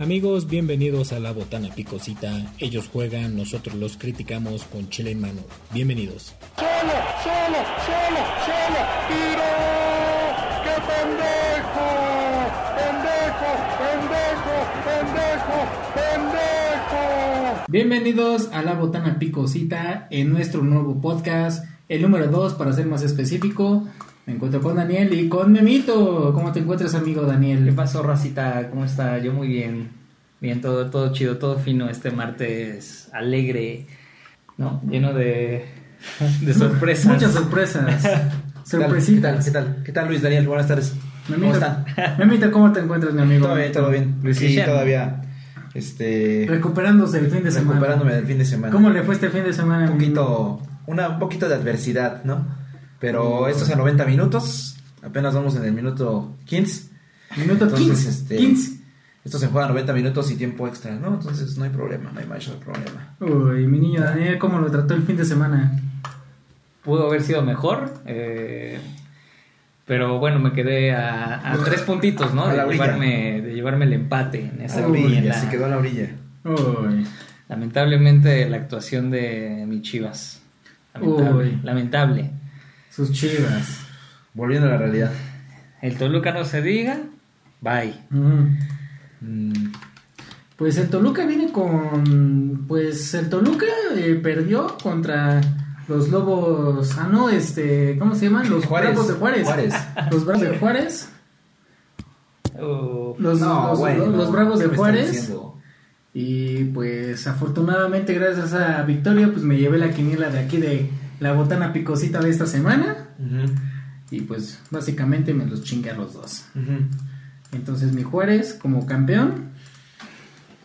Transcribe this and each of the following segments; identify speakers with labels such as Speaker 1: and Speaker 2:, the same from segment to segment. Speaker 1: Amigos, bienvenidos a La Botana Picosita. Ellos juegan, nosotros los criticamos con chile en mano. Bienvenidos.
Speaker 2: ¡Solo, solo, solo, solo! ¡Tiro! ¡Qué pendejo! ¡Pendejo, pendejo, pendejo, pendejo!
Speaker 3: Bienvenidos a La Botana Picosita en nuestro nuevo podcast, el número 2 para ser más específico. Me encuentro con Daniel y con Memito. ¿Cómo te encuentras, amigo
Speaker 4: ¿Qué
Speaker 3: Daniel?
Speaker 4: pasó, Racita? ¿Cómo está? Yo muy bien. Bien, todo, todo chido, todo fino este martes alegre, ¿no? Lleno de, de sorpresas.
Speaker 3: Muchas sorpresas. Sorpresitas.
Speaker 5: ¿Qué tal? ¿Qué tal? ¿Qué tal, Luis Daniel? Buenas tardes. ¿Cómo
Speaker 3: Memito,
Speaker 5: está?
Speaker 3: Memito, ¿cómo te encuentras, mi amigo?
Speaker 5: Todo bien, todo bien. Luis, sí,
Speaker 4: Cristian.
Speaker 5: todavía este,
Speaker 3: Recuperándose el fin de semana.
Speaker 5: recuperándome del fin de semana.
Speaker 3: ¿Cómo le fue este fin de semana?
Speaker 5: Un
Speaker 3: mi
Speaker 5: poquito, una, un poquito de adversidad, ¿no? Pero
Speaker 3: Mm.
Speaker 5: esto es a 90 minutos. Apenas vamos en el minuto 15.
Speaker 3: Minuto
Speaker 5: Entonces,
Speaker 3: 15.
Speaker 5: este,
Speaker 3: 15.
Speaker 5: Esto se juega a 90 minutos y tiempo extra, ¿no? Entonces no hay problema, no hay mayor problema.
Speaker 3: Uy, mi niño Daniel, ¿cómo lo trató el fin de semana?
Speaker 4: Pudo haber sido mejor, eh, pero bueno, me quedé a, a tres puntitos, ¿no?
Speaker 5: A la
Speaker 4: De
Speaker 5: orilla.
Speaker 4: llevarme, de llevarme el empate en
Speaker 5: A
Speaker 4: esa
Speaker 5: la
Speaker 4: en
Speaker 5: orilla,
Speaker 4: la-
Speaker 5: se quedó a la orilla.
Speaker 3: Uy.
Speaker 4: Lamentablemente, la actuación de mi Chivas. Lamentable.
Speaker 3: Uy.
Speaker 4: lamentable.
Speaker 3: Sus chivas.
Speaker 5: Volviendo a la realidad.
Speaker 4: El Toluca no se diga, bye.
Speaker 3: Mm.
Speaker 5: Mm,
Speaker 3: Pues el Toluca viene con. Pues el Toluca eh, perdió contra los Lobos. Ah, no, este. ¿Cómo se llaman? Los
Speaker 5: Juárez.
Speaker 3: Bravos de Juárez.
Speaker 5: Juárez.
Speaker 3: Los Bravos de Juárez.
Speaker 4: Uh,
Speaker 3: Los, los-
Speaker 5: güey,
Speaker 3: los-
Speaker 5: no,
Speaker 3: los Bravos
Speaker 5: ¿qué
Speaker 3: de
Speaker 5: me estás
Speaker 3: Juárez.
Speaker 5: diciendo?
Speaker 3: Y pues afortunadamente, gracias a esa victoria, pues me llevé la quiniela de aquí de la botana picosita de esta semana.
Speaker 5: Ujú,
Speaker 3: Y pues básicamente me los chingué a los dos.
Speaker 5: ujú.
Speaker 3: Entonces mi Juárez como campeón.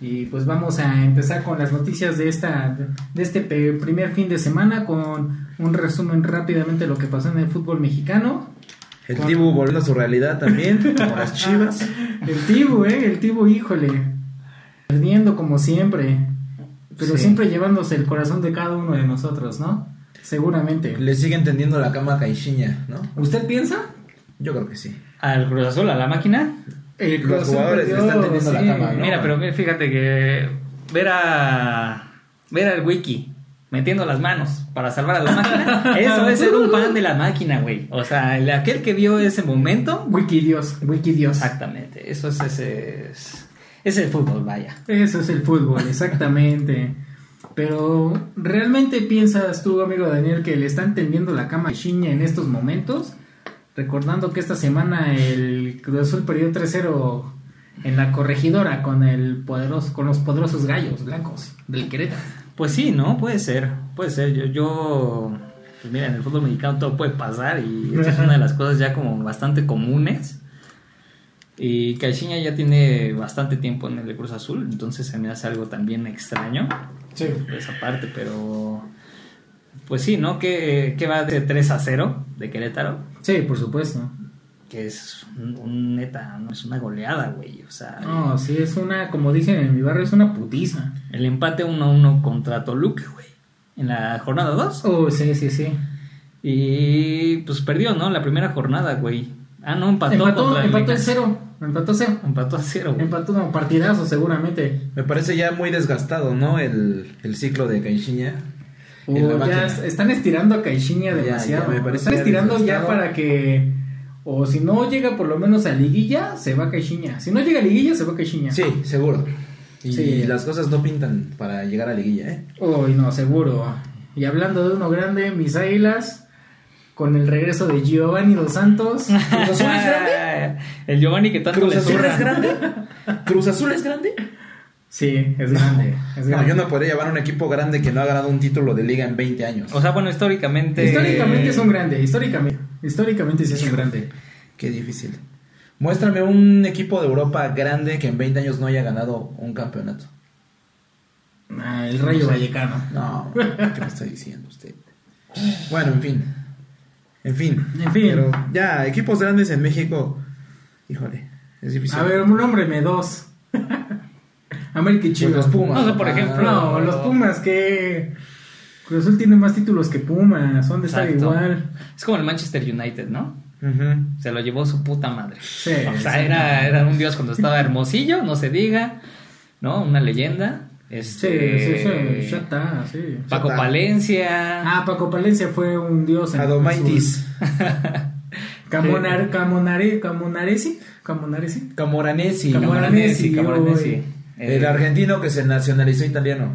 Speaker 3: Y pues vamos a empezar con las noticias de esta de este pe- primer fin de semana con un resumen rápidamente de lo que pasó en el fútbol mexicano.
Speaker 5: El Tibu volviendo a su realidad también, como las chivas.
Speaker 3: El Tibu, eh, el Tibu, híjole. Perdiendo como siempre, pero
Speaker 5: Sí.
Speaker 3: siempre llevándose el corazón de cada uno de nosotros, ¿no? Seguramente.
Speaker 5: Le sigue entendiendo la cama caixinha, ¿no?
Speaker 3: ¿Usted piensa?
Speaker 5: Yo creo que sí.
Speaker 4: al Cruz Azul, a la máquina.
Speaker 3: El
Speaker 5: Los
Speaker 3: Cruz Azul
Speaker 5: jugadores le están teniendo la cama, ¿no?
Speaker 4: Mira, pero fíjate que ver a ver al wiki metiendo las manos para salvar a la máquina, eso es ser un fan de la máquina, güey. O sea, el- aquel que vio ese momento,
Speaker 3: Wiki Dios, Wiki Dios.
Speaker 4: exactamente, eso es ese es, es el fútbol, vaya.
Speaker 3: Eso es el fútbol, exactamente. Pero, ¿realmente piensas tú, amigo Daniel, que le está tendiendo la cama a Chiña en estos momentos? Recordando que esta semana el Cruz Azul perdió 3-0 en la corregidora con, el poderoso, con los poderosos gallos blancos del Querétaro.
Speaker 4: Pues sí, no, puede ser, puede ser. Yo yo pues mira, en el fútbol mexicano todo puede pasar y esa es una de las cosas ya como bastante comunes. Y Caixinha ya tiene bastante tiempo en el de Cruz Azul, entonces se me hace algo también extraño.
Speaker 3: Sí.
Speaker 4: por esa parte, pero pues sí, ¿no? Que, que va de 3 a 0 de Querétaro,
Speaker 3: Sí, por supuesto.
Speaker 4: que es un, un neta, no es una goleada, güey, o sea,
Speaker 3: No, sí, es una, como dicen en mi barrio, es una putiza.
Speaker 4: el empate 1 a 1 contra Toluca, güey, en la jornada 2
Speaker 3: Oh, sí, sí, sí.
Speaker 4: y pues perdió, ¿no? La primera jornada, güey. Ah, no, empató,
Speaker 3: Empató,
Speaker 4: contra el
Speaker 3: empató en
Speaker 4: Necaxa.
Speaker 3: cero. Empató cero.
Speaker 4: Empató a 0, güey.
Speaker 3: Empató un partidazo, seguramente.
Speaker 5: Me parece ya muy desgastado, ¿no? El, el ciclo de caixinha.
Speaker 3: Oh,
Speaker 5: en la
Speaker 3: ya
Speaker 5: máquina.
Speaker 3: es- están estirando a Caixinha
Speaker 5: Ya,
Speaker 3: demasiado.
Speaker 5: ya, me parece
Speaker 3: están
Speaker 5: ya
Speaker 3: estirando ya
Speaker 5: desgastado.
Speaker 3: para que. O si no llega por lo menos a Liguilla, se va Caixinha. Si no llega a Liguilla, se va Caixinha.
Speaker 5: Sí, seguro. Y
Speaker 3: Sí.
Speaker 5: las cosas no pintan para llegar a liguilla, ¿eh?
Speaker 3: Uy, no, seguro. Y hablando de uno grande, mis águilas. Con el regreso de Giovanni Dos Santos. ¿Cruz Azul es grande?
Speaker 4: El Giovanni que tanto le zurra.
Speaker 5: grande? ¿Cruz Azul es grande?
Speaker 3: Sí, es grande. Es
Speaker 5: No,
Speaker 3: grande.
Speaker 5: yo no podría llevar a un equipo grande que no ha ganado un título de liga en 20 años.
Speaker 4: O sea, bueno, históricamente
Speaker 5: Eh.
Speaker 3: Históricamente es un grande. Históricamente. Históricamente sí es un grande.
Speaker 5: Qué difícil. Muéstrame un equipo de Europa grande que en 20 años no haya ganado un campeonato.
Speaker 3: Ah, el Rayo Vallecano.
Speaker 5: No, ¿qué me está diciendo usted? Bueno, en fin. En fin.
Speaker 3: En fin.
Speaker 5: Pero ya, equipos grandes en México. Híjole, es difícil.
Speaker 3: A ver, nómbreme dos. América y
Speaker 5: Pues
Speaker 3: Chivas.
Speaker 5: los Pumas.
Speaker 4: No sé, por ejemplo.
Speaker 3: No, los Pumas que Cruz Azul tiene más títulos que Pumas, son de estar
Speaker 4: Exacto.
Speaker 3: igual.
Speaker 4: Es como el Manchester United, ¿no?
Speaker 5: Ujú.
Speaker 4: Se lo llevó su puta madre.
Speaker 3: Sí,
Speaker 4: o sea, era, era un dios cuando estaba hermosillo, no se diga. ¿no? Una leyenda. Este,
Speaker 3: sí, sí, sí, ya está, sí.
Speaker 4: Paco
Speaker 5: Shota.
Speaker 4: Palencia.
Speaker 3: Ah, Paco Palencia fue un dios. en
Speaker 5: Adomaitis.
Speaker 3: Azul. Camonar, Camonare, Camonaresi, Camonaresi.
Speaker 5: Camoranesi.
Speaker 3: Camoranesi,
Speaker 4: Camoranesi.
Speaker 3: uy.
Speaker 4: Eh,
Speaker 5: El argentino que se nacionalizó italiano.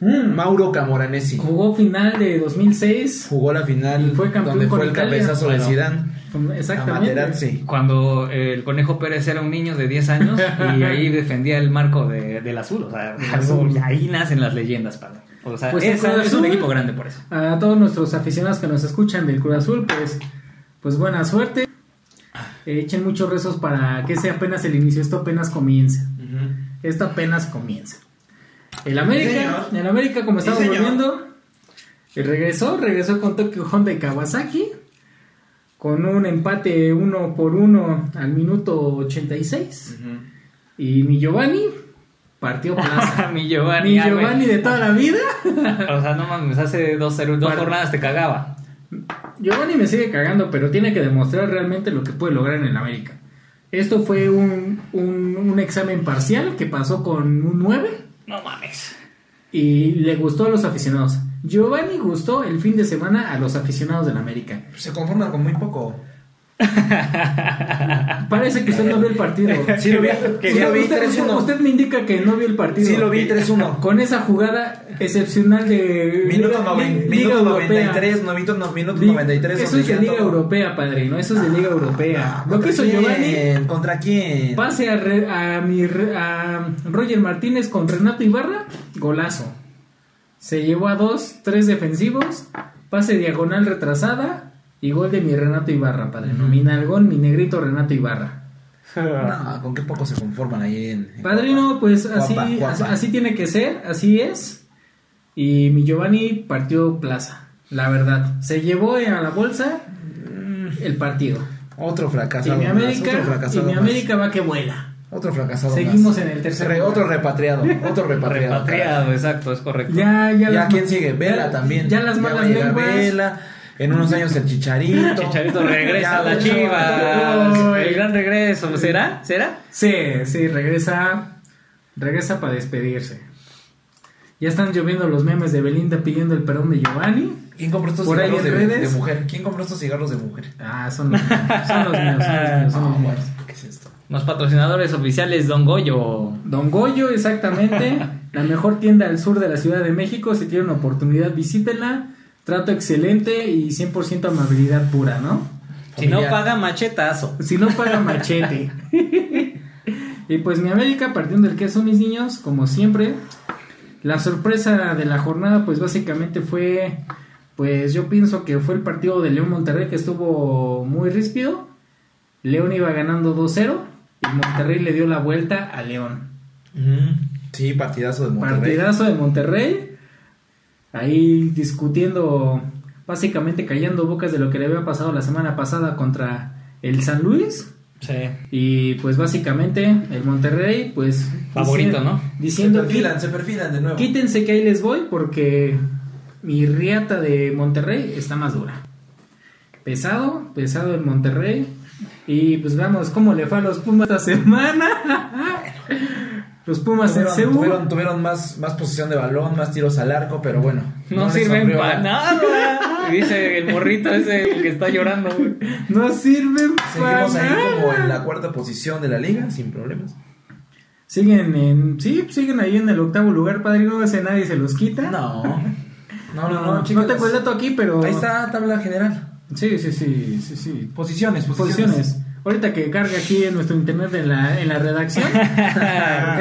Speaker 3: Mm,
Speaker 5: Mauro Camoranesi.
Speaker 3: Jugó final de 2006.
Speaker 5: Jugó la final
Speaker 3: Y fue campeón
Speaker 5: donde
Speaker 3: con
Speaker 5: fue el
Speaker 3: Italia.
Speaker 5: cabezazo
Speaker 4: Bueno.
Speaker 5: de Zidane.
Speaker 3: Exactamente.
Speaker 5: A Materazzi.
Speaker 4: Cuando eh, el Conejo Pérez era un niño de 10 años y ahí defendía el marco de- del azul. O sea, algo-
Speaker 3: azul.
Speaker 4: ahí nacen las leyendas, padre. O sea,
Speaker 3: Pues el
Speaker 4: esa-
Speaker 3: Cruz
Speaker 4: es un
Speaker 3: Azul.
Speaker 4: equipo grande por eso.
Speaker 3: A todos nuestros aficionados que nos escuchan del Cruz Azul, pues, pues buena suerte. Eh, Echen muchos rezos para que ese apenas el inicio, esto apenas comienza. Esto apenas comienza. El América,
Speaker 5: señor.
Speaker 3: el América como
Speaker 5: Sí,
Speaker 3: estamos
Speaker 5: señor.
Speaker 3: viendo, eh, regresó, regresó con Tokyo Honda y Kawasaki, con un empate uno por uno al minuto 86. Y mi Giovanni partió plaza.
Speaker 4: mi Giovanni.
Speaker 3: mi
Speaker 4: ah, güey.
Speaker 3: Giovanni de toda la vida.
Speaker 4: O sea, no mames, hace dos, cero- dos
Speaker 3: Para-
Speaker 4: jornadas te cagaba.
Speaker 3: Giovanni me sigue cagando, pero tiene que demostrar realmente lo que puede lograr en el América. Esto fue un, un- un examen parcial que pasó con un 9
Speaker 4: No mames.
Speaker 3: y le gustó a los aficionados. Giovanni gustó el fin de semana a los aficionados del América.
Speaker 5: Se conforma con muy poco. Ah,
Speaker 3: Parece que usted no vio el partido.
Speaker 5: Sí lo vi,
Speaker 3: Usted-
Speaker 5: sí lo vi
Speaker 3: usted,
Speaker 5: 3-1.
Speaker 3: usted me indica que no vio el partido.
Speaker 5: Sí lo vi 3-1.
Speaker 3: Con esa jugada excepcional de
Speaker 5: Minuto,
Speaker 3: Liga-
Speaker 5: noven-
Speaker 3: Liga
Speaker 5: minuto
Speaker 3: Europea.
Speaker 5: 93, novito, no- minuto
Speaker 3: Liga-
Speaker 5: 93.
Speaker 3: Eso es de
Speaker 5: donde ya
Speaker 3: Liga
Speaker 5: todo-
Speaker 3: Europea, padre, ¿no? Eso es de Liga Europea.
Speaker 5: Ah, eh,
Speaker 3: Lo que
Speaker 5: ¿contra
Speaker 3: hizo
Speaker 5: quién?
Speaker 3: Giovanni
Speaker 5: ¿Contra quién?
Speaker 3: Pase a, Re- a mi Re- a Roger Martínez con Renato Ibarra, golazo. Se llevó a dos, tres defensivos, pase diagonal retrasada y gol de mi Renato Ibarra, padre. Mi nalgón, mi negrito Renato Ibarra.
Speaker 5: No, con qué poco se conforman ahí en. en
Speaker 3: Padrino,
Speaker 5: Coapa.
Speaker 3: pues así,
Speaker 5: Coapa, Coapa.
Speaker 3: así, así tiene que ser, así es. Y mi Giovanni partió plaza, la verdad. Se llevó a la bolsa
Speaker 5: Mm.
Speaker 3: el partido.
Speaker 5: Otro
Speaker 3: Y
Speaker 5: fracasado.
Speaker 3: mi
Speaker 5: más,
Speaker 3: América,
Speaker 5: otro
Speaker 3: y
Speaker 5: fracasado.
Speaker 3: mi
Speaker 5: más,
Speaker 3: América va que vuela.
Speaker 5: Otro fracasado.
Speaker 3: Seguimos
Speaker 5: más.
Speaker 3: en el tercer
Speaker 5: Re-
Speaker 3: lugar.
Speaker 5: otro repatriado. Otro repatriado.
Speaker 4: Repatriado, exacto, es correcto.
Speaker 3: Ya, ya,
Speaker 5: ¿Ya,
Speaker 3: las
Speaker 5: quién
Speaker 3: ma-
Speaker 5: sigue? Vela
Speaker 3: ya-
Speaker 5: también.
Speaker 3: Ya las
Speaker 5: va a
Speaker 3: malas
Speaker 5: llegar
Speaker 3: lenguas.
Speaker 5: Vela. En unos años el chicharito.
Speaker 4: Chicharito regresa a
Speaker 5: Ya,
Speaker 4: la
Speaker 5: Ochoa.
Speaker 4: Chivas.
Speaker 3: Uy.
Speaker 4: El gran regreso. ¿Será? ¿Será?
Speaker 3: Sí, sí, regresa. Regresa para despedirse. Ya están lloviendo los memes de Belinda pidiendo el perdón de Giovanni.
Speaker 5: ¿Quién compró estos
Speaker 3: Por ahí
Speaker 5: cigarros
Speaker 3: en
Speaker 5: de,
Speaker 3: redes.
Speaker 5: de mujer? ¿Quién compró estos cigarros de mujer? Ah,
Speaker 3: Ah, son los míos, son los míos, son los míos, son los míos.
Speaker 5: ¿Qué es esto?
Speaker 4: Los patrocinadores oficiales, Don Goyo.
Speaker 3: Don Goyo, exactamente. La mejor tienda al sur de la Ciudad de México. Si tienen oportunidad, visítela. Trato excelente y 100% amabilidad pura, ¿no?
Speaker 4: Si no
Speaker 5: Familiar.
Speaker 4: paga machetazo.
Speaker 3: Si no paga machete. y pues mi América, partiendo del queso, mis niños, como siempre. La sorpresa de la jornada, pues básicamente fue. Pues yo pienso que fue el partido de León Monterrey que estuvo muy ríspido. León iba ganando 2-0 y Monterrey le dio la vuelta a León.
Speaker 5: Sí, partidazo de Monterrey.
Speaker 3: Partidazo de Monterrey. Ahí discutiendo, básicamente callando bocas de lo que le había pasado la semana pasada contra el San Luis.
Speaker 4: Sí.
Speaker 3: Y pues básicamente el Monterrey, pues...
Speaker 4: Favorito, ¿no?
Speaker 5: Se
Speaker 3: Diciendo,
Speaker 5: perfilan, se perfilan de nuevo.
Speaker 3: quítense que ahí les voy porque mi riata de Monterrey está más dura. Pesado, pesado el Monterrey. Y pues vamos, ¿cómo le fue a los Pumas esta semana? los Pumas en
Speaker 5: Tuvieron,
Speaker 3: Seúl.
Speaker 5: tuvieron- tuvieron más, más posición de balón, más tiros al arco, pero bueno.
Speaker 4: No,
Speaker 5: les ¿eh?
Speaker 4: sirven
Speaker 5: sonrió
Speaker 4: para
Speaker 5: la-
Speaker 4: nada. Dice el morrito ese el que está llorando. güey.
Speaker 3: No sirven para
Speaker 5: Seguimos ahí como en la
Speaker 3: nada.
Speaker 5: cuarta posición de la liga, sin problemas.
Speaker 3: Siguen en... Sí, siguen ahí en el octavo lugar, padrino. Ese nadie se los quita.
Speaker 5: No. No, no, no,
Speaker 3: no,
Speaker 5: chicas.
Speaker 3: tengo el dato aquí, pero...
Speaker 5: Ahí está tabla general.
Speaker 3: Sí, sí, sí, sí, sí.
Speaker 5: Posiciones, posiciones.
Speaker 3: Posiciones. Ahorita que cargue aquí en nuestro internet en la, en la redacción. porque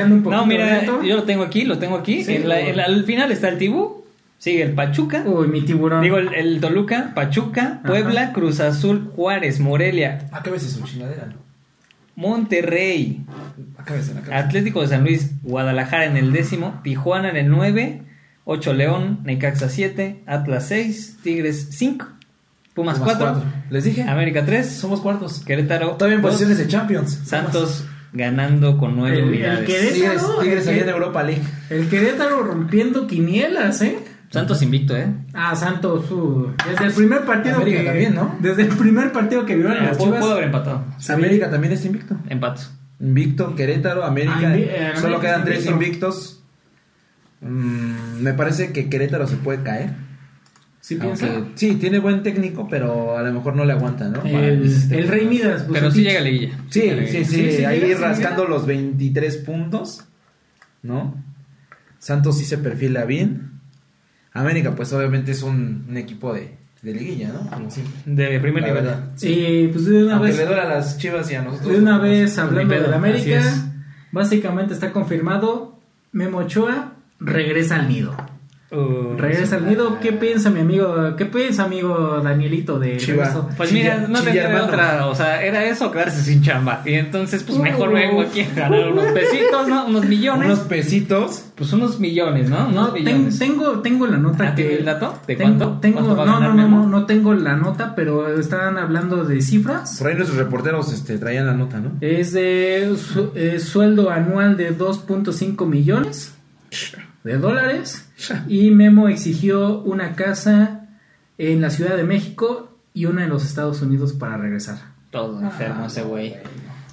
Speaker 3: ando un poquito
Speaker 4: No, mira,
Speaker 3: lento.
Speaker 4: yo lo tengo aquí, lo tengo aquí.
Speaker 3: Sí,
Speaker 4: En la-
Speaker 3: güey.
Speaker 4: en la- al final está el Tibú. Sigue el Pachuca.
Speaker 3: Uy, mi
Speaker 5: Ah.
Speaker 3: tiburón.
Speaker 4: Digo, el, el Toluca, Pachuca, Puebla, Cruz Azul, Juárez, Morelia,
Speaker 5: Acábese su chingadera.
Speaker 4: Monterrey,
Speaker 5: Acábese, acábese.
Speaker 4: Atlético de San Luis, Guadalajara en el décimo, Tijuana en el nueve, Ocho León, Necaxa siete, Atlas seis, Tigres cinco, Pumas
Speaker 5: Pumas
Speaker 4: cuatro,
Speaker 5: cuatro. Les dije.
Speaker 4: América tres,
Speaker 5: Somos cuartos.
Speaker 4: Querétaro
Speaker 5: Todavía en
Speaker 4: dos,
Speaker 5: posiciones de Champions.
Speaker 4: Santos ganando con nueve
Speaker 3: El- el
Speaker 4: unidades.
Speaker 3: Querétaro.
Speaker 5: Tigres, Tigres
Speaker 3: ¿Qué?
Speaker 5: allá en Europa League.
Speaker 3: El Querétaro rompiendo quinielas, ¿eh?
Speaker 4: Santos invicto, ¿eh?
Speaker 3: Ah, Santos. uh, desde el primer partido
Speaker 5: América
Speaker 3: que.
Speaker 5: también, ¿no?
Speaker 3: Desde el primer partido que vieron las
Speaker 4: puedo,
Speaker 3: Chivas.
Speaker 4: puedo haber empatado.
Speaker 5: América también está invicto.
Speaker 4: Empatos.
Speaker 5: Invicto, Querétaro, América.
Speaker 3: Ah, invi- eh,
Speaker 5: solo
Speaker 3: América
Speaker 5: quedan
Speaker 3: está
Speaker 5: tres
Speaker 3: invicto.
Speaker 5: invictos. Mm, me parece que Querétaro se puede caer.
Speaker 3: ¿Sí piensa?
Speaker 5: Aunque- sí, tiene buen técnico, pero a lo mejor no le aguanta, ¿no? Para
Speaker 3: El,
Speaker 5: este-
Speaker 3: el Rey Midas. pues,
Speaker 4: Pero
Speaker 3: el
Speaker 4: sí
Speaker 3: pinche-
Speaker 4: llega Liguilla.
Speaker 5: Sí,
Speaker 4: llega
Speaker 5: sí, sí,
Speaker 4: Liguilla.
Speaker 3: Sí, sí,
Speaker 5: ahí
Speaker 3: llega, sí,
Speaker 5: rascando
Speaker 3: llega.
Speaker 5: los 23 puntos, ¿no? Santos sí se perfila bien. América, pues obviamente es un, un equipo de, de liguilla, ¿no? Como siempre.
Speaker 4: De primer
Speaker 5: La
Speaker 4: nivel.
Speaker 5: verdad.
Speaker 3: Eh, pues de una
Speaker 5: Aunque
Speaker 3: vez,
Speaker 5: le duele a las chivas y a nosotros.
Speaker 3: de una
Speaker 5: pues,
Speaker 3: vez
Speaker 4: ni
Speaker 3: hablando
Speaker 4: pedo,
Speaker 3: del América,
Speaker 4: así es.
Speaker 3: básicamente está confirmado, Memo Ochoa regresa al nido.
Speaker 4: Uh,
Speaker 3: Regresa al nido. ¿Qué piensa mi amigo? ¿Qué piensa amigo Danielito de
Speaker 5: Chiva.
Speaker 3: regreso?
Speaker 4: Pues mira,
Speaker 5: Chilla-
Speaker 4: no tenía de
Speaker 5: chillarmano.
Speaker 4: otra, o sea, era eso quedarse sin chamba. Y entonces, pues mejor
Speaker 3: Uh.
Speaker 4: vengo aquí a ganar unos pesitos, ¿no? Unos millones.
Speaker 5: Unos pesitos.
Speaker 4: Pues unos millones, ¿no?
Speaker 3: No,
Speaker 4: Unos
Speaker 3: ten-
Speaker 4: millones.
Speaker 3: tengo, tengo la nota
Speaker 4: Ah,
Speaker 3: que.
Speaker 4: ¿tiene el dato? ¿De
Speaker 3: tengo-
Speaker 4: cuánto?
Speaker 3: Tengo,
Speaker 4: ¿Cuánto va a
Speaker 3: no,
Speaker 4: ganar
Speaker 3: no, no,
Speaker 4: Memo?
Speaker 3: no, no tengo la nota, pero estaban hablando de cifras.
Speaker 5: Por ahí nuestros reporteros este, traían la nota, ¿no?
Speaker 3: Es de su- eh, sueldo anual de 2.5 millones de dólares. Y Memo exigió una casa en la Ciudad de México y una en los Estados Unidos para regresar.
Speaker 4: Todo enfermo ese güey.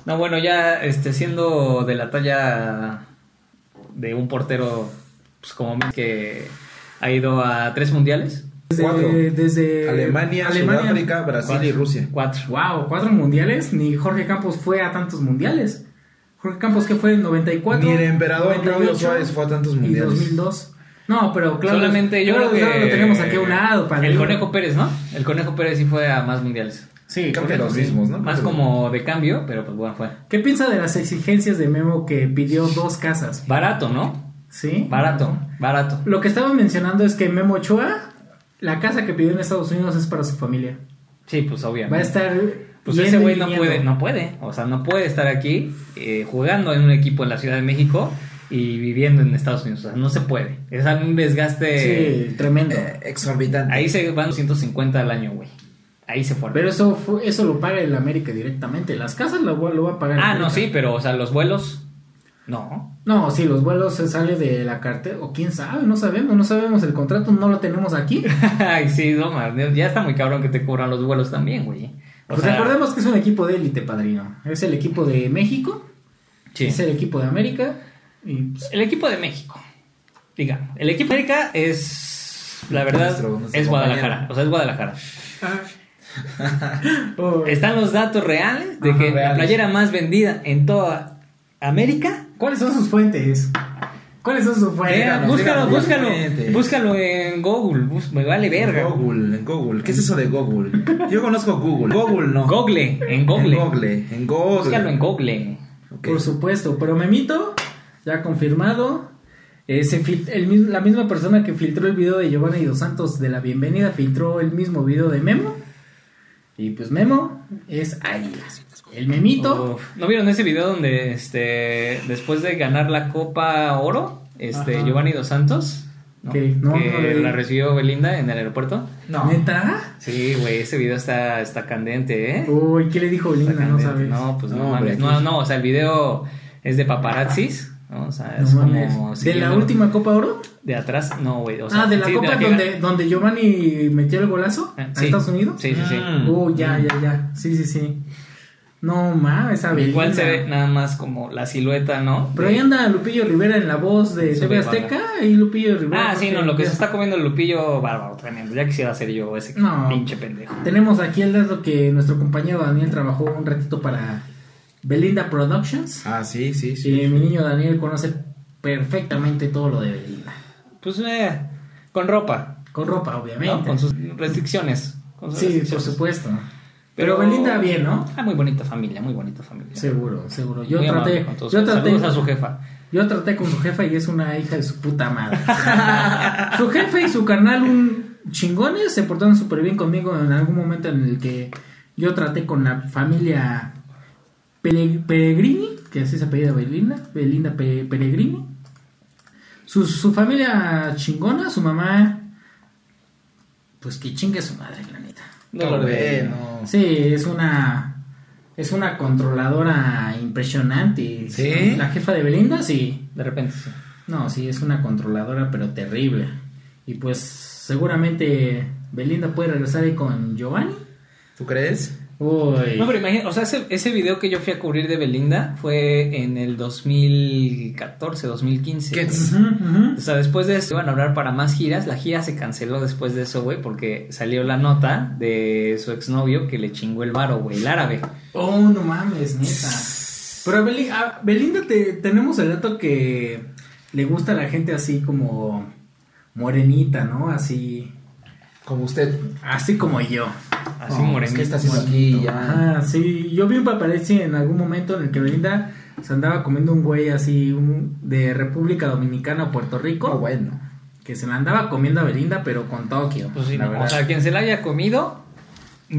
Speaker 4: No, bueno, ya este, siendo de la talla de un portero, pues como Messi, que ha ido a tres mundiales.
Speaker 5: Cuatro.
Speaker 3: Desde, desde
Speaker 5: Eh, Alemania, Sudáfrica, Brasil y Rusia.
Speaker 4: Cuatro.
Speaker 3: Wow, cuatro mundiales. Ni Jorge Campos fue a tantos mundiales. Jorge Campos que fue en 94.
Speaker 5: Ni el emperador Claudio
Speaker 3: 98,
Speaker 5: Suárez fue a tantos
Speaker 3: Y
Speaker 5: mundiales.
Speaker 3: 2002. No, pero claro.
Speaker 4: Solamente yo
Speaker 3: claro,
Speaker 4: creo que
Speaker 3: claro, lo tenemos aquí a un lado. Para
Speaker 4: el Conejo Pérez, ¿no? El Conejo Pérez sí fue a más mundiales.
Speaker 3: Sí,
Speaker 5: Creo que
Speaker 3: Conejo,
Speaker 5: los
Speaker 3: sí.
Speaker 5: mismos, ¿no?
Speaker 4: Más
Speaker 5: Creo que-
Speaker 4: como de cambio, pero pues bueno, fue.
Speaker 3: ¿Qué piensa de las exigencias de Memo que pidió dos casas?
Speaker 4: Barato, ¿no?
Speaker 3: ¿Sí?
Speaker 4: Barato, barato.
Speaker 3: Lo que estaba mencionando es que Memo Ochoa, la casa que pidió en Estados Unidos es para su familia.
Speaker 4: Sí, pues obviamente.
Speaker 3: Va a estar.
Speaker 4: Pues
Speaker 3: yendo
Speaker 4: ese
Speaker 3: y
Speaker 4: güey no
Speaker 3: viniendo.
Speaker 4: puede, no puede, o sea, no puede estar aquí eh, jugando en un equipo en la Ciudad de México y viviendo en Estados Unidos, o sea, no se puede. Es un desgaste.
Speaker 3: Sí, tremendo.
Speaker 5: Eh, exorbitante.
Speaker 4: Ahí se van 250 al año, güey. Ahí se fueron.
Speaker 3: Pero eso fue- eso lo paga el América directamente. Las casas lo, va- lo va a pagar. el
Speaker 4: ah, no,
Speaker 3: América.
Speaker 4: sí, pero, o sea, los vuelos, no.
Speaker 3: No, sí, los vuelos se sale de la cartera. O quién sabe, no sabemos. No sabemos el contrato, no lo tenemos aquí.
Speaker 4: Ay, sí, no, man, ya está muy cabrón que te cobran los vuelos también, güey. O
Speaker 3: Pues
Speaker 4: sea,
Speaker 3: recordemos que es un equipo de élite, padrino. Es el equipo de México,
Speaker 4: sí.
Speaker 3: es el equipo de América. Y pues,
Speaker 4: El equipo de México, digamos. El equipo de América es, la verdad,
Speaker 5: Nuestro- nuestro
Speaker 4: es Guadalajara.
Speaker 5: compañero.
Speaker 4: O sea, es Guadalajara.
Speaker 3: oh,
Speaker 4: Están los datos reales de
Speaker 5: Ajá,
Speaker 4: que la
Speaker 5: reales.
Speaker 4: playera más vendida en toda América.
Speaker 3: ¿Cuáles son sus fuentes? ¿Cuáles son sus fuentes?
Speaker 4: Era-
Speaker 5: díganos,
Speaker 4: búscalo,
Speaker 5: díganos,
Speaker 4: búscalo,
Speaker 5: obviamente.
Speaker 4: búscalo en Google. bus- me vale
Speaker 5: En
Speaker 4: verga.
Speaker 5: Google, en Google. ¿Qué es eso de Google? Yo conozco Google. Google no.
Speaker 4: Google, en
Speaker 5: En
Speaker 4: Google.
Speaker 5: Google. En Google.
Speaker 4: Búscalo en Google.
Speaker 5: Ok.
Speaker 3: Por supuesto, pero Memito, ya confirmado. eh, se fil- el mis- la misma persona que filtró el video de Giovanni Dos Santos de la bienvenida filtró el mismo video de Memo. Y pues Memo es Águilas. El Memito.
Speaker 4: Uf, ¿No vieron ese video donde este después de ganar la Copa Oro, este
Speaker 3: Ajá.
Speaker 4: Giovanni dos Santos, ¿no?
Speaker 3: Que no,
Speaker 4: que
Speaker 3: no lo vi.
Speaker 4: la recibió Belinda en el aeropuerto?
Speaker 5: No.
Speaker 3: ¿Neta?
Speaker 4: Sí, güey, ese video está está candente, ¿eh?
Speaker 3: Uy, ¿qué le dijo
Speaker 4: Está
Speaker 3: Linda? No
Speaker 4: candente.
Speaker 3: sabes.
Speaker 4: No, pues no,
Speaker 5: No, hombre,
Speaker 4: mames. No,
Speaker 5: aquí-
Speaker 4: no, o sea, el video es de paparazzis. ¿no? O sea,
Speaker 3: No
Speaker 4: es
Speaker 3: mames.
Speaker 4: como.
Speaker 3: ¿De la
Speaker 4: siguiendo-
Speaker 3: última Copa Oro?
Speaker 4: De atrás, no, güey. O sea,
Speaker 3: ah, de la
Speaker 4: sí,
Speaker 3: Copa
Speaker 4: que-
Speaker 3: donde, donde Giovanni metió el golazo
Speaker 4: Ah,
Speaker 3: a
Speaker 4: sí.
Speaker 3: Estados Unidos.
Speaker 4: Sí, sí, sí.
Speaker 5: Mm.
Speaker 3: Oh, ya, ya, ya. Sí, sí, sí. No mames, esa
Speaker 4: Igual
Speaker 3: Belinda.
Speaker 4: se ve nada más como la silueta, ¿no?
Speaker 3: Pero ahí anda Lupillo Rivera en la voz de
Speaker 4: Su
Speaker 3: TV
Speaker 4: bebada.
Speaker 3: Azteca y Lupillo Rivera.
Speaker 4: Ah, sí, no, lo que se está comiendo el Lupillo, bárbaro, tremendo. Ya quisiera ser yo ese
Speaker 3: No.
Speaker 4: pinche pendejo.
Speaker 3: Tenemos aquí el dato que nuestro compañero Daniel trabajó un ratito para Belinda Productions.
Speaker 5: Ah, sí, sí, sí.
Speaker 3: Y mi niño Daniel conoce perfectamente todo lo de Belinda.
Speaker 4: Pues, eh, con ropa,
Speaker 3: Con ropa,
Speaker 4: ¿no?
Speaker 3: obviamente.
Speaker 4: Con sus restricciones. con sus
Speaker 3: Sí, por
Speaker 4: restricciones.
Speaker 3: supuesto. Pero Belinda bien, ¿no?
Speaker 4: Ah, muy bonita familia, muy bonita familia.
Speaker 3: Seguro, seguro. Yo
Speaker 4: Muy amable
Speaker 3: traté,
Speaker 4: con todos.
Speaker 3: yo traté,
Speaker 4: Saludos a su jefa.
Speaker 3: yo traté con su jefa y es una hija de su puta madre. su jefe y su carnal, un chingones, se portaron súper bien conmigo en algún momento en el que yo traté con la familia Pele- Pellegrini, que así se apellida Belinda, Belinda Pe- Pellegrini. Su, su familia chingona, su mamá, pues que chingue su madre, la neta.
Speaker 4: No lo veo.
Speaker 5: Bueno.
Speaker 3: Sí, es una es una controladora impresionante.
Speaker 5: ¿Sí?
Speaker 3: La jefa de Belinda, sí.
Speaker 4: De repente, sí.
Speaker 3: No, sí, es una controladora, pero terrible. Y pues seguramente Belinda puede regresar ahí con Giovanni.
Speaker 5: ¿Tú crees?
Speaker 3: Uy.
Speaker 4: No, pero imagínate, o sea, ese, ese video que yo fui a cubrir de Belinda fue en el 2014, 2015.
Speaker 5: ¿Qué?
Speaker 3: Ujú, ujú.
Speaker 4: O sea, después de eso iban a hablar para más giras. La gira se canceló después de eso, güey, porque salió la nota de su exnovio que le chingó el varo, güey, el árabe.
Speaker 3: Oh, no mames, neta. Pero Beli- a Belinda, te- tenemos el dato que le gusta a la gente así como morenita, ¿no? Así,
Speaker 5: Como usted.
Speaker 3: así como yo.
Speaker 5: Así
Speaker 4: morenito,
Speaker 5: Oh, Es que está haciendo aquí ya.
Speaker 3: Ajá, sí. Yo vi un paparazzi en algún momento en el que Belinda se andaba comiendo un güey así un- de República Dominicana o Puerto Rico.
Speaker 5: Oh, bueno.
Speaker 3: Que se la andaba comiendo a Belinda, pero con Tokio.
Speaker 4: Pues sí,
Speaker 3: la
Speaker 4: no,
Speaker 3: verdad.
Speaker 4: o sea, quien se la haya comido,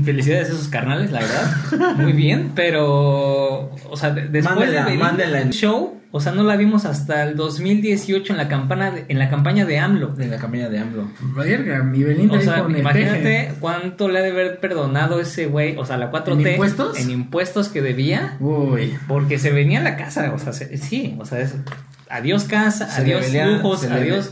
Speaker 4: felicidades a esos carnales, la verdad. Muy bien, pero, o sea, de- después
Speaker 5: Mándela,
Speaker 4: de Belinda
Speaker 5: mándela en-
Speaker 4: show, o sea, no la vimos hasta el 2018 en la campana de- en la campaña de AMLO.
Speaker 5: En la campaña de AMLO.
Speaker 3: Verga, mi Belinda
Speaker 4: O
Speaker 3: ahí
Speaker 4: sea,
Speaker 3: con el peje.
Speaker 4: imagínate cuánto le ha de haber perdonado ese güey, o sea, la 4T
Speaker 3: ¿En impuestos?
Speaker 4: en impuestos que debía,
Speaker 3: Uy.
Speaker 4: porque se venía a la casa, o sea, se- sí, o sea, es adiós casa,
Speaker 5: Se le
Speaker 4: adiós
Speaker 5: venía-
Speaker 4: lujos,
Speaker 5: se le-
Speaker 4: adiós,